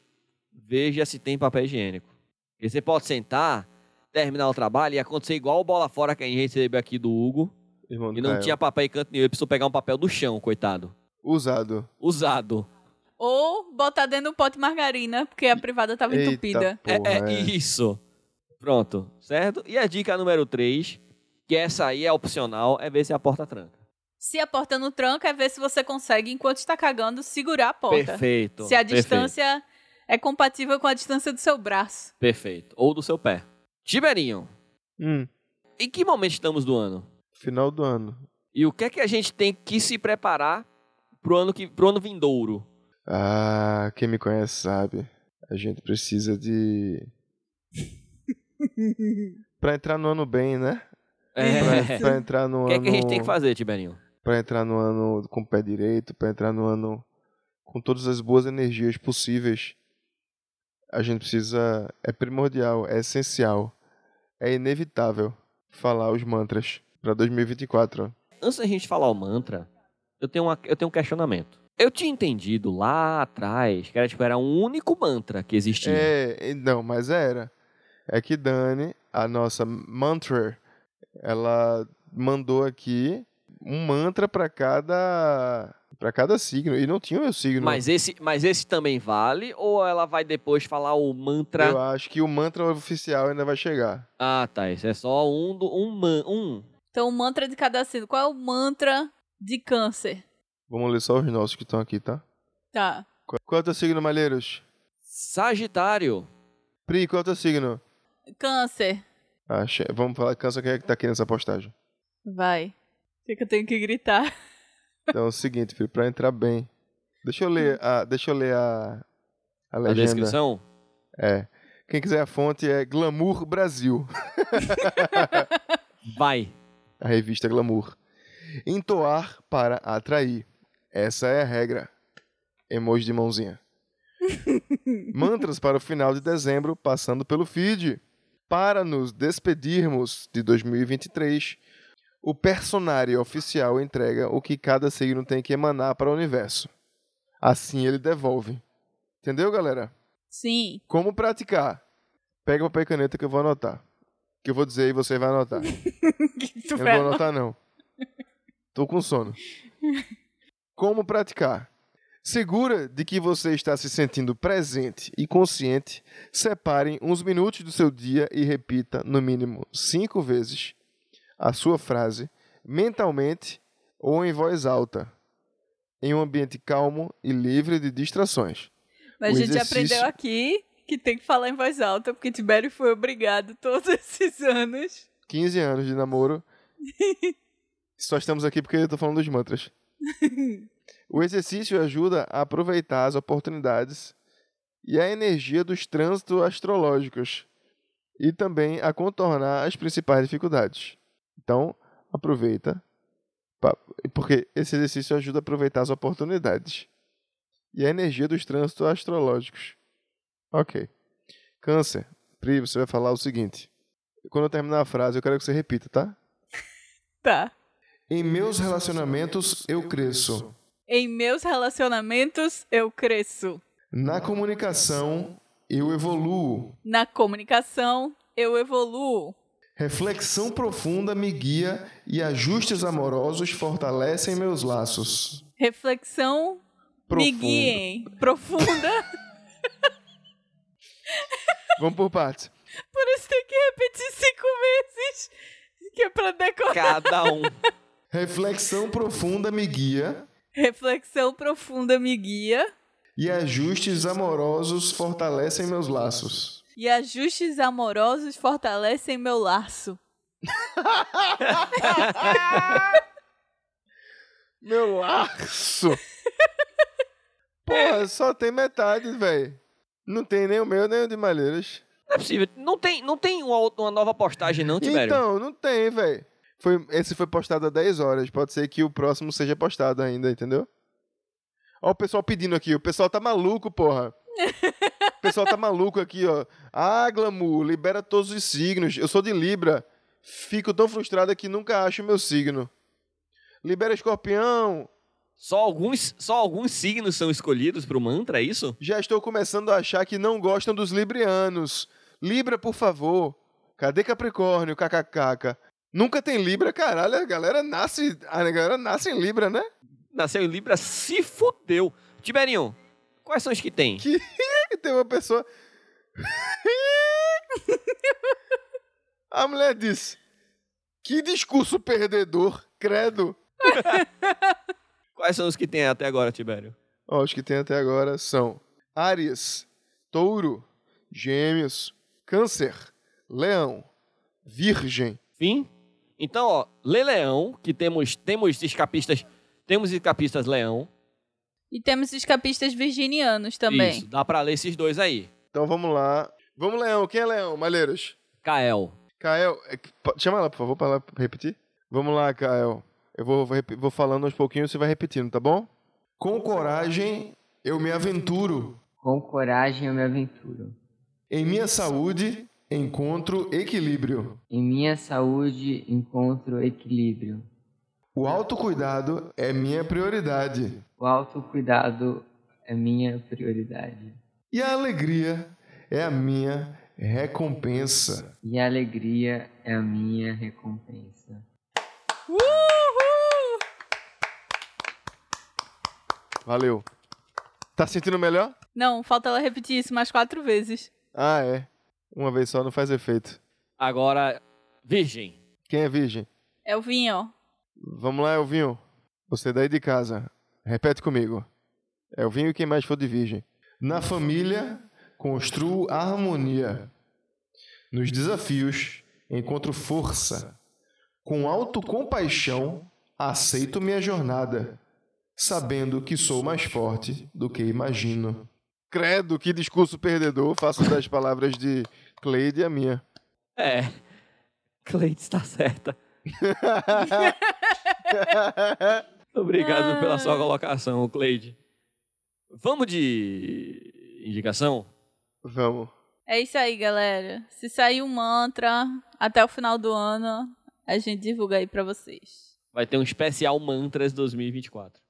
Speaker 1: Veja se tem papel higiênico. Porque você pode sentar, terminar o trabalho e acontecer igual o bola fora que a gente recebeu aqui do Hugo.
Speaker 4: Irmão do
Speaker 1: E não
Speaker 4: Caio.
Speaker 1: tinha papel em canto nenhum. Ele precisou pegar um papel do chão, coitado.
Speaker 4: Usado.
Speaker 1: Usado.
Speaker 3: Ou botar dentro de um pote de margarina, porque a privada tava
Speaker 4: Eita
Speaker 3: entupida.
Speaker 1: É,
Speaker 4: porra,
Speaker 1: é isso. Pronto, certo? E a dica número 3, que essa aí é opcional, é ver se a porta tranca.
Speaker 3: Se a porta não tranca, é ver se você consegue, enquanto está cagando, segurar a porta.
Speaker 1: Perfeito.
Speaker 3: Se a
Speaker 1: perfeito,
Speaker 3: distância é compatível com a distância do seu braço.
Speaker 1: Perfeito. Ou do seu pé. Tiberinho,
Speaker 4: Hum,
Speaker 1: em que momento estamos do ano?
Speaker 4: final do ano.
Speaker 1: E o que é que a gente tem que se preparar pro ano, que, pro ano vindouro?
Speaker 4: Ah, quem me conhece sabe. A gente precisa de. pra entrar no ano bem, né? Pra,
Speaker 1: É.
Speaker 4: pra entrar no
Speaker 1: O que é
Speaker 4: ano.
Speaker 1: que a gente tem que fazer, Tiberinho?
Speaker 4: Pra entrar no ano com o pé direito, pra entrar no ano com todas as boas energias possíveis. A gente precisa. É primordial, é essencial, é inevitável falar os mantras pra 2024.
Speaker 1: Antes da gente falar o mantra, eu tenho, uma, eu tenho um questionamento. Eu tinha entendido lá atrás que era tipo, era um único mantra que existia.
Speaker 4: É, e- não, mas era. É que Dani, a nossa mantra, ela mandou aqui um mantra pra cada para cada signo e não tinha o meu signo.
Speaker 1: Mas esse, mas esse também vale ou ela vai depois falar o mantra?
Speaker 4: eu acho que o mantra oficial ainda vai chegar.
Speaker 1: Ah, tá, isso é só um do um man, um.
Speaker 3: Então, o mantra de cada signo. Qual é o mantra de câncer?
Speaker 4: Vamos ler só os nossos que estão aqui, tá?
Speaker 3: Tá.
Speaker 4: Qual, qual é o teu signo, Malheiros?
Speaker 1: Sagitário.
Speaker 4: Pri, qual é o teu signo?
Speaker 3: Câncer.
Speaker 4: Ah, che- vamos falar, cansa quem é que tá aqui nessa postagem.
Speaker 3: Vai. O que, que eu tenho que gritar?
Speaker 4: Então é o seguinte, Pri, pra entrar bem. Deixa eu ler a, deixa eu ler a, a legenda.
Speaker 1: A descrição?
Speaker 4: É. Quem quiser a fonte é Glamour Brasil,
Speaker 1: Vai.
Speaker 4: a revista Glamour. Entoar para atrair. Essa é a regra. Emoji de mãozinha. Mantras para o final de dezembro, passando pelo feed. Para nos despedirmos de 2023, o personário oficial entrega o que cada signo tem que emanar para o universo. Assim ele devolve. Entendeu, galera?
Speaker 3: Sim.
Speaker 4: Como praticar? Pega papel e caneta que eu vou anotar. Que eu vou dizer e você vai anotar. eu
Speaker 3: Que tu
Speaker 4: não
Speaker 3: vai-
Speaker 4: vou anotar, não. Tô com sono. Como praticar? Segura de que você está se sentindo presente e consciente, separe uns minutos do seu dia e repita, no mínimo, cinco vezes a sua frase, mentalmente ou em voz alta, em um ambiente calmo e livre de distrações.
Speaker 3: Mas
Speaker 4: O
Speaker 3: a gente
Speaker 4: exercício-
Speaker 3: aprendeu aqui que tem que falar em voz alta, porque Tibério foi obrigado todos esses anos.
Speaker 4: 15 anos de namoro. Só estamos aqui porque eu tô falando dos mantras. o exercício ajuda a aproveitar as oportunidades e a energia dos trânsitos astrológicos e também a contornar as principais dificuldades. Então, aproveita, pa- porque esse exercício ajuda a aproveitar as oportunidades e a energia dos trânsitos astrológicos. Ok. Câncer, Pri, você vai falar o seguinte. Quando eu terminar a frase, eu quero que você repita, tá?
Speaker 3: Tá.
Speaker 4: Em meus relacionamentos, eu cresço.
Speaker 3: Em meus relacionamentos, eu cresço.
Speaker 4: Na comunicação, eu evoluo.
Speaker 3: Na comunicação, eu evoluo.
Speaker 4: Reflexão profunda me guia e ajustes amorosos fortalecem meus laços.
Speaker 3: Reflexão, me
Speaker 4: Profundo.
Speaker 3: guiem. Profunda.
Speaker 4: Vamos por partes.
Speaker 3: Por isso tem que repetir cinco vezes. Que é pra decorar.
Speaker 1: Cada um.
Speaker 4: Reflexão profunda me guia
Speaker 3: Reflexão profunda me guia.
Speaker 4: e ajustes amorosos fortalecem meus laços.
Speaker 3: E ajustes amorosos fortalecem meu laço.
Speaker 4: Meu laço! Porra, só tem metade, velho. Não tem nem o meu, nem o de Malheiras.
Speaker 1: Não é possível. Não tem, não tem uma, outra- uma nova postagem não, Tibério?
Speaker 4: Então, não tem, velho. Foi, esse foi postado há 10 horas. Pode ser que o próximo seja postado ainda, entendeu? Ó, o pessoal pedindo aqui. O pessoal tá maluco, porra. O pessoal tá maluco aqui, ó. Ah, glamour, libera todos os signos. Eu sou de Libra. Fico tão frustrada que nunca acho meu signo. Libera escorpião.
Speaker 1: Só alguns, só alguns signos são escolhidos pro mantra, é isso?
Speaker 4: Já estou começando a achar que não gostam dos librianos. Libra, por favor. Cadê Capricórnio? Kkk. Nunca tem Libra, caralho. A galera nasce, a galera nasce em Libra, né?
Speaker 1: Nasceu em Libra, se fudeu. Tiberinho, quais são os que tem?
Speaker 4: Que- E tem uma pessoa. a mulher disse: Que discurso perdedor, credo.
Speaker 1: Quais são os que tem até agora, Tibério?
Speaker 4: Ó, os que tem até agora são Áries, Touro, Gêmeos, Câncer, Leão, Virgem.
Speaker 1: Fim? Então, ó, Lê Leão, que temos, temos escapistas. Temos escapistas Leão.
Speaker 3: E temos escapistas virginianos também.
Speaker 1: Isso, dá pra ler esses dois aí.
Speaker 4: Então vamos lá. Vamos, Leão. Quem é Leão? Malheiros.
Speaker 1: Kael.
Speaker 4: Kael, é que- po- chama ela, por favor, pra ela repetir. Vamos lá, Kael. Eu vou, vou rep- vou falando aos pouquinhos, você vai repetindo, tá bom? Com coragem, eu me aventuro.
Speaker 6: Com coragem eu me aventuro.
Speaker 4: Em minha saúde, encontro equilíbrio.
Speaker 6: Em minha saúde encontro equilíbrio.
Speaker 4: O autocuidado é minha prioridade.
Speaker 6: O autocuidado é minha prioridade.
Speaker 4: E a alegria é a minha recompensa.
Speaker 6: E a alegria é a minha recompensa.
Speaker 3: Uhul!
Speaker 4: Valeu. Tá sentindo melhor?
Speaker 3: Não, falta ela repetir isso mais quatro vezes.
Speaker 4: Ah, é. Uma vez só não faz efeito.
Speaker 1: Agora, virgem.
Speaker 4: Quem é virgem?
Speaker 3: É o vinho.
Speaker 4: Vamos lá, Elvinho. Você daí de casa. Repete comigo. Elvinho e quem mais for de virgem. Na família, construo harmonia. Nos desafios, encontro força. Com autocompaixão, aceito minha jornada, sabendo que sou mais forte do que imagino. Credo, que discurso perdedor. Faço das palavras de Cleide a minha.
Speaker 1: É. Cleide está certa. Obrigado pela sua colocação, Cleide. Vamos de indicação?
Speaker 4: Vamos.
Speaker 3: É isso aí, galera. Se sair um mantra até o final do ano, a gente divulga aí pra vocês.
Speaker 1: Vai ter um especial Mantras 2024.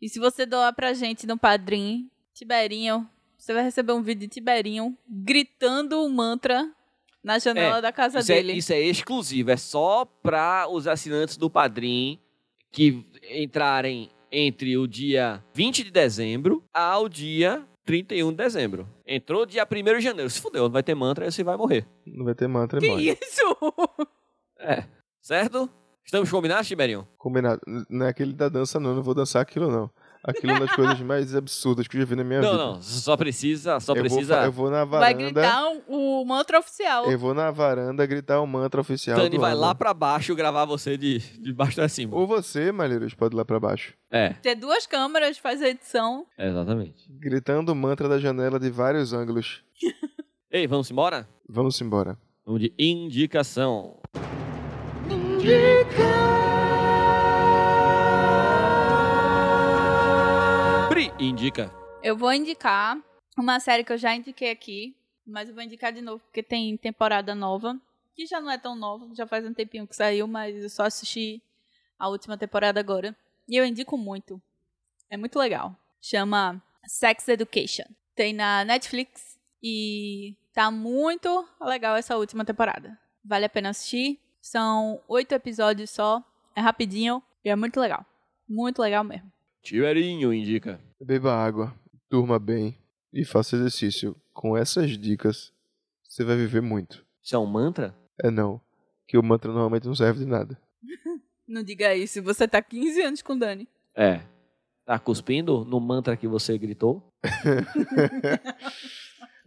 Speaker 3: E se você doar pra gente no Padrim, Tiberinho, você vai receber um vídeo de Tiberinho gritando o mantra na janela
Speaker 1: É,
Speaker 3: da casa
Speaker 1: Isso é,
Speaker 3: dele.
Speaker 1: isso é exclusivo, é só para os assinantes do Padrim que entrarem entre o dia 20 de dezembro ao dia 31 de dezembro. Entrou dia 1 de janeiro. Se fudeu, não vai ter mantra, aí você vai morrer.
Speaker 4: Não vai ter mantra, é
Speaker 3: que
Speaker 4: mano.
Speaker 3: isso?
Speaker 1: É. Certo? Estamos combinados, Tiberinho?
Speaker 4: Combinado. Não é aquele da dança, não. Não vou dançar aquilo, não. Aquilo é uma das coisas mais absurdas que eu já vi na minha
Speaker 1: Não,
Speaker 4: vida.
Speaker 1: não. Só precisa. Só
Speaker 4: eu Vou,
Speaker 1: precisa.
Speaker 4: fa- eu vou na
Speaker 3: Vai
Speaker 4: varanda.
Speaker 3: gritar um- o mantra oficial.
Speaker 4: Eu vou na varanda gritar o mantra oficial.
Speaker 1: Tani
Speaker 4: do
Speaker 1: vai
Speaker 4: ano.
Speaker 1: lá pra baixo gravar você de, de baixo pra cima.
Speaker 4: Ou você, Malheiros, pode ir lá pra baixo.
Speaker 1: É,
Speaker 3: Ter duas câmeras, faz a edição.
Speaker 1: exatamente.
Speaker 4: Gritando o mantra da janela de vários ângulos.
Speaker 1: Ei, vamos embora?
Speaker 4: Vamos embora.
Speaker 1: Vamos de indicação. Pri indica.
Speaker 3: Eu vou indicar uma série que eu já indiquei aqui, mas eu vou indicar de novo, porque tem temporada nova, que já não é tão nova, já faz um tempinho que saiu, mas eu só assisti a última temporada agora. E eu indico muito. É muito legal. Chama Sex Education. Tem na Netflix e tá muito legal essa última temporada. Vale a pena assistir. São oito episódios só, é rapidinho e é muito legal. Muito legal mesmo.
Speaker 1: Tiberinho indica.
Speaker 4: Beba água, durma bem e faça exercício. Com essas dicas, você vai viver muito.
Speaker 1: Isso é um mantra?
Speaker 4: É não, que o mantra normalmente não serve de nada.
Speaker 3: Não diga isso, você tá 15 anos com o Dani.
Speaker 1: É. Tá cuspindo no mantra que você gritou?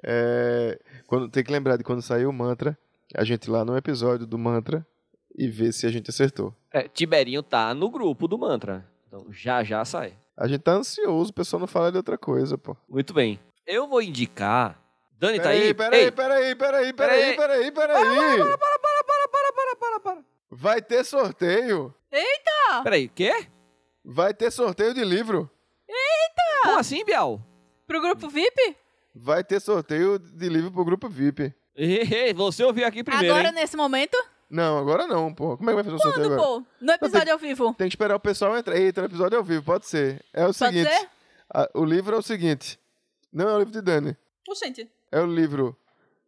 Speaker 4: É, quando, tem que lembrar de quando saiu o mantra, a gente ir lá no episódio do mantra e ver se a gente acertou.
Speaker 1: É, Tiberinho tá no grupo do mantra. Então já já sai.
Speaker 4: A gente tá ansioso, o pessoal não fala de outra coisa, pô.
Speaker 1: Muito bem. Eu vou indicar. Dani tá aí?
Speaker 4: Peraí, peraí,
Speaker 1: Ei,
Speaker 4: peraí, peraí, peraí,
Speaker 1: peraí.
Speaker 4: peraí, peraí. Para, para, para, para, para, para, Vai ter sorteio.
Speaker 1: peraí. Quê?
Speaker 4: Vai ter sorteio de livro.
Speaker 1: Como assim, Bial?
Speaker 3: Pro grupo VIP?
Speaker 4: Vai ter sorteio de livro pro grupo VIP.
Speaker 1: Ei, ei, você ouviu aqui primeiro,
Speaker 3: agora,
Speaker 1: hein?
Speaker 3: nesse momento?
Speaker 4: Não, agora não, pô. Como é que vai fazer um sorteio
Speaker 3: Quando,
Speaker 4: agora?
Speaker 3: pô? No episódio ao vivo.
Speaker 4: Tem que esperar o pessoal entrar. Eita, o episódio ao vivo, pode ser. É o
Speaker 3: Pode
Speaker 4: seguinte.
Speaker 3: ser?
Speaker 4: a- o livro é o seguinte. Não é o livro de Dani.
Speaker 3: Pô, gente.
Speaker 4: É o livro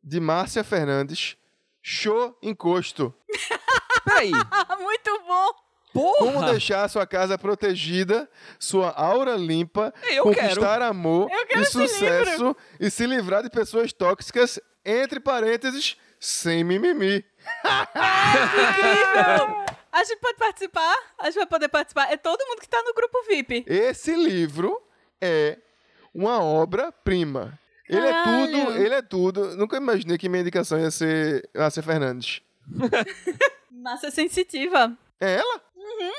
Speaker 4: de Márcia Fernandes, Show Encosto.
Speaker 1: Peraí.
Speaker 3: Ah, muito bom.
Speaker 1: Porra!
Speaker 4: Como
Speaker 3: Ah.
Speaker 4: deixar a sua casa protegida, sua aura limpa,
Speaker 1: Eu
Speaker 4: conquistar amor
Speaker 3: Eu quero
Speaker 4: e
Speaker 3: esse
Speaker 4: sucesso e se livrar de pessoas tóxicas, entre parênteses, sem mimimi.
Speaker 3: Incrível. A gente pode participar? A gente vai poder participar. É todo mundo que tá no grupo VIP.
Speaker 4: Esse livro é uma obra-prima. Ele é tudo,
Speaker 3: Caralho.
Speaker 4: ele é tudo. Nunca imaginei que minha indicação ia ser Márcia Fernandes.
Speaker 3: Massa sensitiva.
Speaker 4: É ela? Uhum.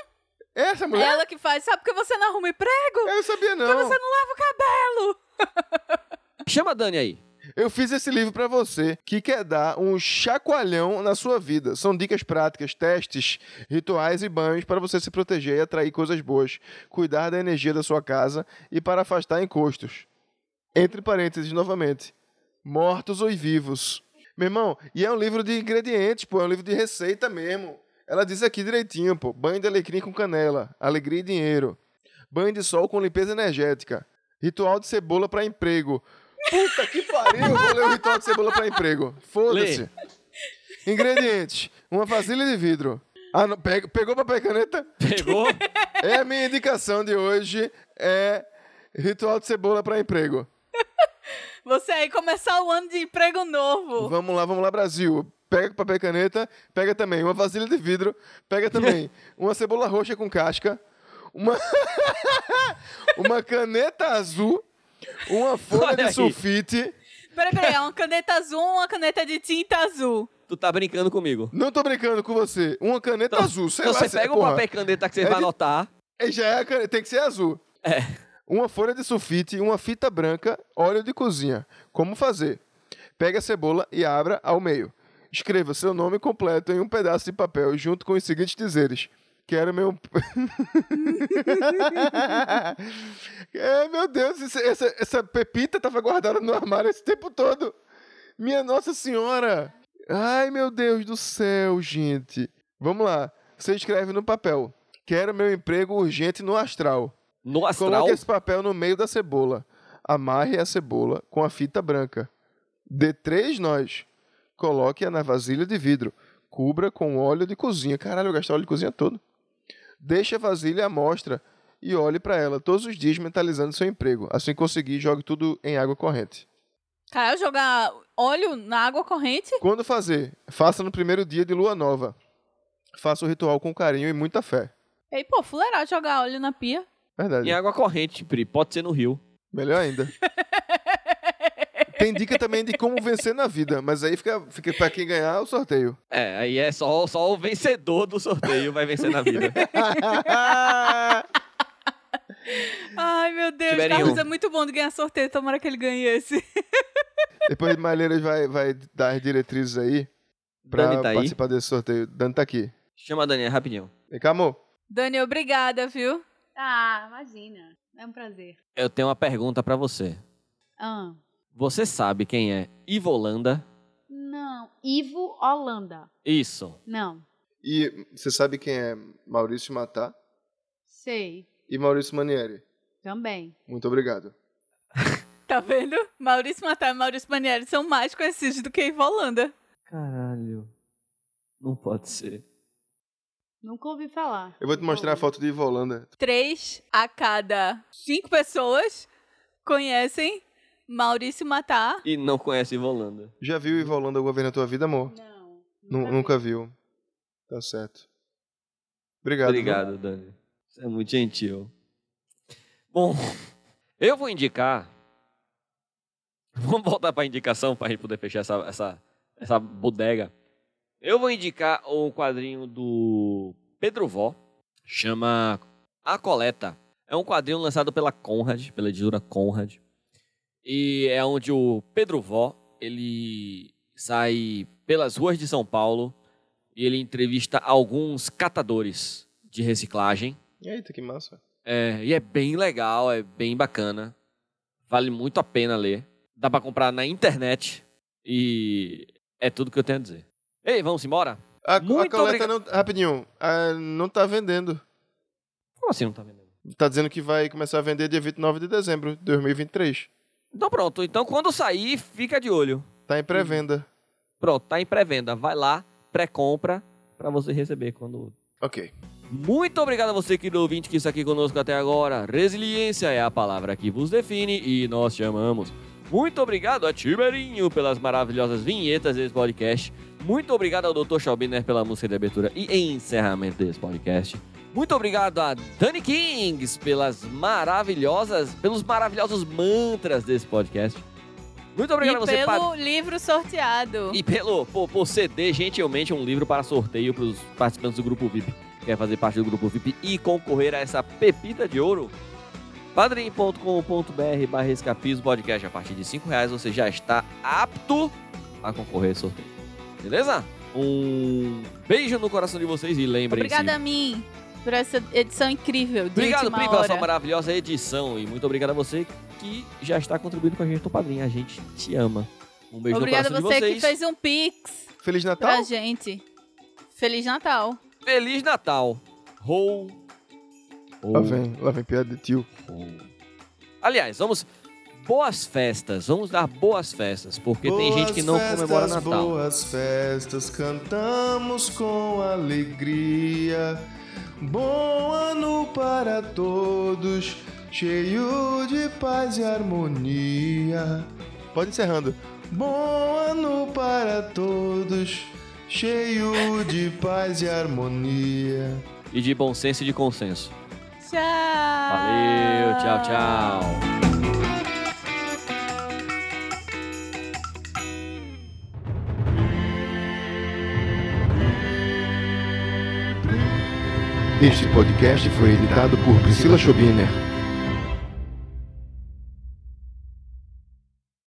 Speaker 4: É essa mulher?
Speaker 3: Ela que faz. Sabe porque você não arruma emprego?
Speaker 4: Eu não sabia não.
Speaker 3: Porque você não lava o cabelo.
Speaker 1: Chama a Dani aí.
Speaker 4: Eu fiz esse livro pra você que quer dar um chacoalhão na sua vida. São dicas práticas, testes, rituais e banhos para você se proteger e atrair coisas boas, cuidar da energia da sua casa e para afastar encostos. Entre parênteses novamente. Mortos ou vivos. Meu irmão, e é um livro de ingredientes, pô, é um livro de receita mesmo. Ela diz aqui direitinho, pô. Banho de alecrim com canela, alegria e dinheiro. Banho de sol com limpeza energética. Ritual de cebola pra emprego. Puta que pariu, vou ler o ritual de cebola pra emprego. Foda-se. Ingredientes: uma vasilha de vidro. Ah, não, pega- pegou papel e caneta?
Speaker 1: Pegou?
Speaker 4: É a minha indicação de hoje é ritual de cebola pra emprego.
Speaker 3: Você aí começar o ano de emprego novo.
Speaker 4: Vamos lá, vamos lá, Brasil. Pega papel e caneta, pega também uma vasilha de vidro, pega também uma cebola roxa com casca, uma, uma caneta azul, uma folha
Speaker 1: Olha
Speaker 4: de
Speaker 1: aí.
Speaker 4: sulfite.
Speaker 3: Peraí, peraí, é uma caneta azul ou uma caneta de tinta azul?
Speaker 1: Tu tá brincando comigo.
Speaker 4: Não tô brincando com você. Uma caneta
Speaker 1: Então,
Speaker 4: azul, sei
Speaker 1: Então
Speaker 4: lá.
Speaker 1: você
Speaker 4: sei-
Speaker 1: pega o
Speaker 4: porra,
Speaker 1: papel e caneta que você
Speaker 4: É
Speaker 1: vai
Speaker 4: de-
Speaker 1: anotar.
Speaker 4: é, Já é a caneta, tem que ser azul.
Speaker 1: É.
Speaker 4: Uma folha de sulfite, uma fita branca, óleo de cozinha. Como fazer? Pega a cebola e abra ao meio. Escreva seu nome completo em um pedaço de papel junto com os seguintes dizeres. Quero meu. é, meu Deus, esse- essa, essa pepita estava guardada no armário esse tempo todo. Minha Nossa Senhora! Ai, meu Deus do céu, gente. Vamos lá. Você escreve no papel. Quero meu emprego urgente no astral.
Speaker 1: No astral.
Speaker 4: Coloque esse papel no meio da cebola. Amarre a cebola com a fita branca. Dê três nós. Coloque-a na vasilha de vidro. Cubra com óleo de cozinha. Caralho, eu gastei óleo de cozinha todo. Deixe a vasilha à mostra e olhe para ela todos os dias, mentalizando seu emprego. Assim que conseguir, jogue tudo em água corrente.
Speaker 3: Caralho, jogar óleo na água corrente?
Speaker 4: Quando fazer, faça no primeiro dia de lua nova. Faça o ritual com carinho e muita fé.
Speaker 3: Ei, pô, fuleirar jogar óleo na pia.
Speaker 4: Verdade.
Speaker 1: Em água corrente, Pri. Pode ser no rio.
Speaker 4: Melhor ainda. Tem dica também de como vencer na vida, mas aí fica, fica pra quem ganhar o sorteio.
Speaker 1: É, aí é só, só o vencedor do sorteio vai vencer na vida.
Speaker 3: Ai, meu Deus,
Speaker 1: Tiberinho.
Speaker 3: Carlos é muito bom de ganhar sorteio, tomara que ele ganhe esse.
Speaker 4: Depois Malheiras vai, vai dar as diretrizes aí pra
Speaker 1: Dani tá aí.
Speaker 4: participar desse sorteio. Dani tá aqui.
Speaker 1: Chama a Dani, é rapidinho.
Speaker 4: Vem cá, amor.
Speaker 3: Dani, obrigada, viu?
Speaker 9: Ah, imagina. É um prazer.
Speaker 1: Eu tenho uma pergunta pra você.
Speaker 9: Ah,
Speaker 1: Você sabe quem é Ivolanda?
Speaker 9: não. Ivo Holanda.
Speaker 1: Isso.
Speaker 9: Não.
Speaker 4: E você sabe quem é Maurício Matar
Speaker 9: Sei.
Speaker 4: e Maurício Manieri.
Speaker 9: Também.
Speaker 4: Muito obrigado.
Speaker 3: Tá vendo? Maurício Matar e Maurício Manieri são mais conhecidos do que Ivo Holanda.
Speaker 1: Caralho. Não pode ser.
Speaker 9: Nunca ouvi falar.
Speaker 4: Eu vou te mostrar a foto de Ivo Holanda.
Speaker 3: Três a cada cinco pessoas conhecem Maurício Matar.
Speaker 1: E não conhece Ivolanda.
Speaker 4: Já viu Ivo Holanda alguma vez na tua vida, amor?
Speaker 9: Não.
Speaker 4: Nu- Nunca viu. Tá certo. Obrigado. viu?
Speaker 1: Obrigado, Dani. Você é muito gentil. Bom, eu vou indicar. Vamos voltar pra indicação pra gente poder fechar essa, essa, essa bodega. Eu vou indicar um quadrinho do Pedro Vó. Chama A Coleta. É um quadrinho lançado pela Conrad, pela editora Conrad. E é onde o Pedro Vó, ele sai pelas ruas de São Paulo e ele entrevista alguns catadores de reciclagem.
Speaker 4: Eita, que massa.
Speaker 1: É, e é bem legal, é bem bacana. Vale muito a pena ler. Dá pra comprar na internet. E é tudo que eu tenho a dizer. Ei, vamos embora?
Speaker 4: A, a
Speaker 1: Muito
Speaker 4: coleta não. Rapidinho, ah, não tá vendendo.
Speaker 1: Como assim não tá vendendo?
Speaker 4: Tá dizendo que vai começar a vender dia 29 de dezembro de 2023.
Speaker 1: Então pronto, então quando sair, fica de olho.
Speaker 4: Tá em pré-venda.
Speaker 1: Pronto, tá em pré-venda. Vai lá, pré-compra, pra você receber quando
Speaker 4: Ok.
Speaker 1: Muito obrigado a você, querido ouvinte, que está aqui conosco até agora. Resiliência é a palavra que vos define e nós te amamos. Muito obrigado a Tiberinho pelas maravilhosas vinhetas desse podcast. Muito obrigado ao Dr. Schaubiner pela música de abertura e encerramento desse podcast. Muito obrigado a Dani Kings pelas maravilhosas, pelos maravilhosos mantras desse podcast. Muito obrigado a
Speaker 3: e
Speaker 1: você,
Speaker 3: pelo
Speaker 1: Pat-
Speaker 3: livro sorteado.
Speaker 1: e pelo por, por ceder gentilmente um livro para sorteio para os participantes do grupo VIP. Quer fazer parte do grupo VIP e concorrer a essa pepita de ouro? padrim.com.br barra escapismo podcast a partir de 5 reais você já está apto a concorrer a esse sorteio. Beleza? Um beijo no coração de vocês e lembrem-se.
Speaker 3: Obrigada a mim por essa edição incrível de
Speaker 1: Obrigado,
Speaker 3: última
Speaker 1: Pri, pela
Speaker 3: hora.
Speaker 1: sua maravilhosa edição e muito obrigado a você que já está contribuindo com a gente no Padrim. A gente te ama. Um beijo
Speaker 3: Obrigada a
Speaker 1: no
Speaker 3: você um
Speaker 1: coração de vocês.
Speaker 3: que fez um pix
Speaker 4: Feliz Natal?
Speaker 3: pra gente. Feliz Natal.
Speaker 1: Feliz Natal. Rou.
Speaker 4: Lá vem, lá vem piada de tio.
Speaker 1: Aliás, vamos. Boas festas. Vamos dar boas festas. Porque tem gente que não comemora Natal.
Speaker 4: Boas festas, cantamos com alegria. Bom ano para todos, cheio de paz e harmonia. Pode encerrando. Bom ano para todos, cheio de paz e harmonia.
Speaker 1: E de bom senso e de consenso.
Speaker 3: Tchau.
Speaker 1: Valeu, tchau, tchau.
Speaker 4: Este podcast foi editado por Priscila Schobiner.